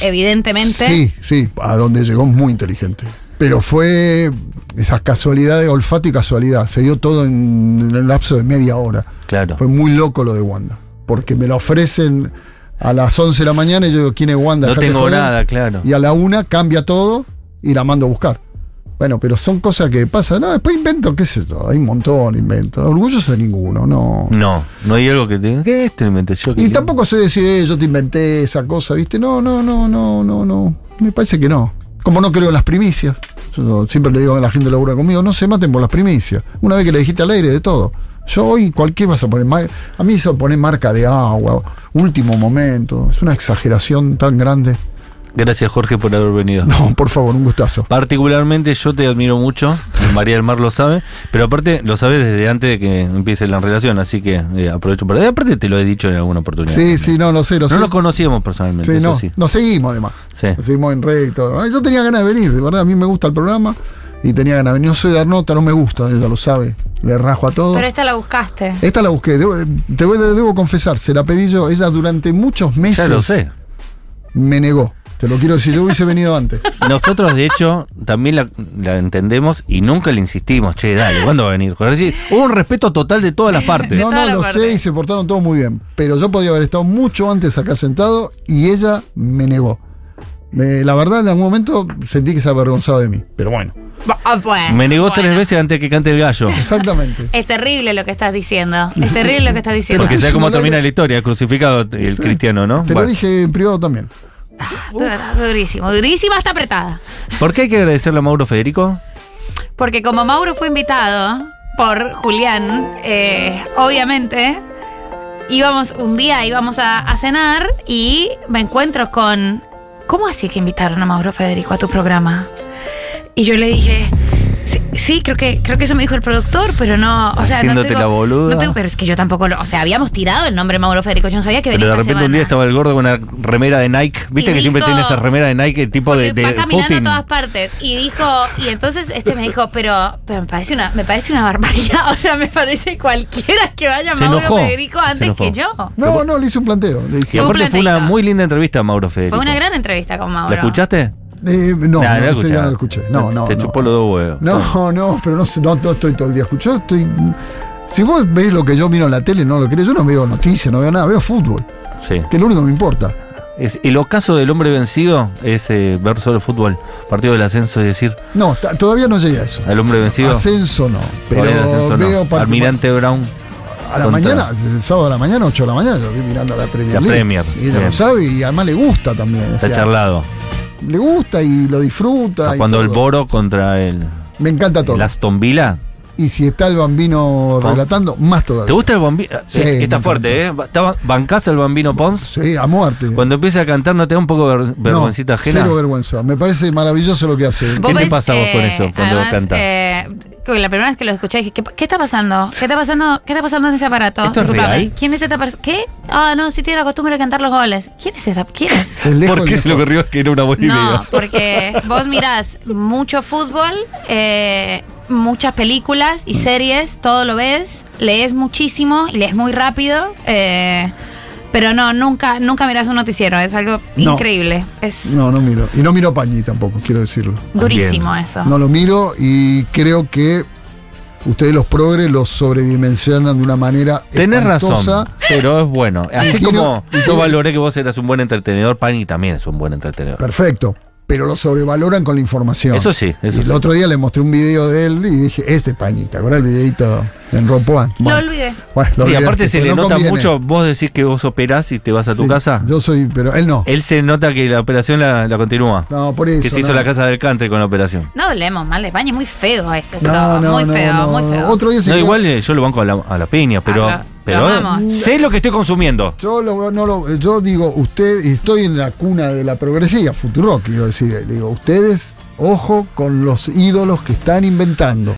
C: evidentemente.
D: Sí, sí, a donde llegó muy inteligente. Pero fue esas casualidades, olfato y casualidad. Se dio todo en, en el lapso de media hora.
A: Claro.
D: Fue muy loco lo de Wanda. Porque me lo ofrecen a las 11 de la mañana y yo digo, ¿quién es Wanda?
A: No
D: Dejate
A: tengo
D: joder.
A: nada, claro.
D: Y a la una cambia todo y la mando a buscar. Bueno, pero son cosas que pasan. No, después invento, qué sé yo. Hay un montón de inventos. Orgulloso de ninguno, no.
A: No, no hay algo que te. ¿Qué es? Te lo inventé yo.
D: Y
A: que-
D: tampoco sé decir, eh, yo te inventé esa cosa, ¿viste? No, no, no, no, no, no. Me parece que no. Como no creo en las primicias. Yo siempre le digo a la gente que labura conmigo, no se maten por las primicias. Una vez que le dijiste al aire de todo. Yo hoy cualquier vas a poner mar- A mí eso poner marca de agua, último momento. Es una exageración tan grande.
A: Gracias, Jorge, por haber venido.
D: No, por favor, un gustazo.
A: Particularmente yo te admiro mucho, y María del Mar lo sabe, pero aparte lo sabes desde antes de que empiece la relación, así que eh, aprovecho para... Aparte te lo he dicho en alguna oportunidad.
D: Sí, sí, no, no sé, no sé.
A: No lo conocíamos personalmente,
D: Sí,
A: eso
D: no,
A: sí.
D: Nos seguimos además.
A: Sí.
D: Nos seguimos en red y todo. Ay, Yo tenía ganas de venir, de verdad, a mí me gusta el programa y tenía ganas de venir. No soy de dar nota, no me gusta, ella lo sabe. Le rajo a todo.
C: Pero esta la buscaste.
D: Esta la busqué, debo- te voy- debo confesar, se la pedí yo. Ella durante muchos meses
A: Ya lo sé.
D: me negó. Te lo quiero decir, yo hubiese venido antes.
A: Nosotros, de hecho, también la, la entendemos y nunca le insistimos, che, dale, ¿cuándo va a venir? Es decir, hubo un respeto total de todas las partes.
D: No,
C: Esa
D: no,
C: la
D: lo
C: parte.
D: sé y se portaron todos muy bien. Pero yo podía haber estado mucho antes acá sentado y ella me negó. Me- la verdad, en algún momento sentí que se avergonzaba de mí. Pero bueno.
C: Ah, bueno,
A: Me negó
C: bueno.
A: tres veces antes que cante el gallo.
D: Exactamente.
C: Es terrible lo que estás diciendo. Es terrible lo que estás diciendo.
A: Porque
D: Pero
A: sea
D: estoy
A: como
D: diciendo,
A: termina
D: dale.
A: la historia, crucificado el cristiano, ¿no?
D: Te lo
A: Bueno.
D: dije en privado también.
C: Ah, Durísimo, durísima está apretada.
A: ¿Por qué hay que agradecerle a Mauro Federico?
C: Porque como Mauro fue invitado por Julián, eh, obviamente íbamos un día íbamos a, a cenar y me encuentro con ¿cómo así que invitaron a Mauro Federico a tu programa? Y yo le dije sí, sí, creo que creo que eso me dijo el productor, pero no, o sea,
A: Haciéndote
C: no tengo,
A: la boluda.
C: no tengo- pero es que yo tampoco lo, o sea, habíamos tirado el nombre de Mauro Federico, yo no sabía que
A: Pero
C: venía
A: de repente
C: esta
A: un día
C: semana.
A: estaba el gordo con una remera de Nike. Viste
C: Y
A: que siempre
C: dijo-
A: tiene esa remera de Nike, el tipo de,
C: Porque
A: de
C: va caminando
A: footing.
C: a todas partes y dijo y entonces este me dijo pero, pero me parece una me parece una barbaridad o sea me parece cualquiera que vaya
A: Se
C: Mauro
A: enojó,
C: Federico
A: se
C: antes
A: enojó.
C: que yo
D: No, no, le hice un planteo. Le
A: Y
D: dije,
C: Fue un
A: aparte fue una
C: planteito.
A: muy linda entrevista a Mauro Federico.
C: fue una gran entrevista con Mauro
A: ¿La escuchaste?
D: eh, no,
A: Nah,
D: no,
A: la
D: ese día
A: escuchaba.
D: no lo escuché. No,
A: Te-
D: no.
A: Te
D: no.
A: chupó los dos huevos.
D: No, no, pero no, sé, no, no estoy todo el día escuchando. Estoy, si vos ves lo que yo miro en la tele, no lo crees. Yo no veo noticias, no veo nada, veo fútbol,
A: Sí.
D: que es lo único que me importa.
A: Es- el ocaso del hombre vencido es eh, ver solo fútbol, partido del ascenso, es decir,
D: No, ta- todavía no llegué a eso.
A: al hombre vencido.
D: Ascenso no, Ah, pero
A: todavía el ascenso no.
D: veo part-
A: Almirante Brown.
D: A la
A: contra-
D: mañana, el sábado a la mañana, 8 de la mañana, yo vi mirando la Premier
A: La
D: League.
A: Premier,
D: Y ella
A: bien.
D: lo sabe y además le gusta también. o
A: Está
D: sea,
A: charlado.
D: le gusta y lo disfruta. y
A: Cuando el
D: todo.
A: Boro contra el,
D: Me encanta todo.
A: el Aston Villa.
D: Y si está el bambino
A: Pons.
D: relatando, más todavía.
A: ¿Te gusta el Bambino?
D: Sí, me
A: está
D: encanta.
A: fuerte, ¿eh? Está- ¿Bancás al Bambino Pons?
D: Sí, a muerte.
A: Cuando empieza a cantar, ¿no te da un poco de ver-
D: No,
A: vergüencita ajena?
D: Cero vergüenza. Me parece maravilloso lo que hace.
C: Vos
A: ¿Qué te
C: ves,
A: pasa a vos con eso cuando
C: además,
A: canta?
C: eh, que la primera vez que lo escuché dije ¿qué, qué está pasando? ¿qué está pasando? ¿qué está pasando en ese aparato?
A: ¿Esto es
C: Disculpame,
A: real?
C: ¿quién es esta persona? ¿qué? ah no sí tiene la costumbre de cantar los goles ¿quién es esa? ¿quién es?
D: Es lejos el mejor.
A: ocurrió que era una buena
C: No, porque vos mirás mucho fútbol, eh, muchas películas y series, todo lo ves, lees muchísimo y lees muy rápido, eh, pero no, nunca, nunca mirás un noticiero, es algo
D: No.
C: increíble, es
D: No, no miro. Y no miro a Pañi tampoco, quiero decirlo.
C: durísimo eso.
D: No lo miro y creo que ustedes los progres los sobredimensionan de una manera
A: Tenés
D: espantosa.
A: razón, pero es bueno. Así
D: quiero-
A: como
D: y
A: yo
D: quiero-
A: valoré que vos eras un buen entretenedor, Pani también es un buen entretenedor.
D: Perfecto. Pero lo sobrevaloran con la información.
A: Eso sí, eso
D: Y el
A: sí.
D: otro día le mostré un video de él y dije, este Pañi, ¿te acuerdas el videito en Rompoa?
C: Lo olvidé.
D: Bueno,
A: Y
D: lo olvidaste,
A: aparte se
D: pero
A: le
D: no
A: nota
D: conviene.
A: mucho, vos decís que vos operás y te vas a tu
D: Sí,
A: casa.
D: Yo soy, pero él no.
A: Él se nota que la operación la, la continúa.
D: No, por eso.
A: que se hizo
D: no.
A: la casa del country con la operación.
C: No hablemos mal de España, es muy feo eso, eso,
D: No, no,
C: muy
D: no,
C: feo,
D: no.
C: muy feo.
D: Otro día se
A: No,
D: quedó-
A: igual eh, yo lo banco a la, a la piña, pero,
C: Ah, lo-
A: pero
C: lo amamos.
A: sé lo que estoy consumiendo.
D: Yo, lo- no lo- yo digo, usted, y estoy en la cuna de la progresía, eh, futuro, quiero decir, le digo, ustedes, ojo con los ídolos que están inventando.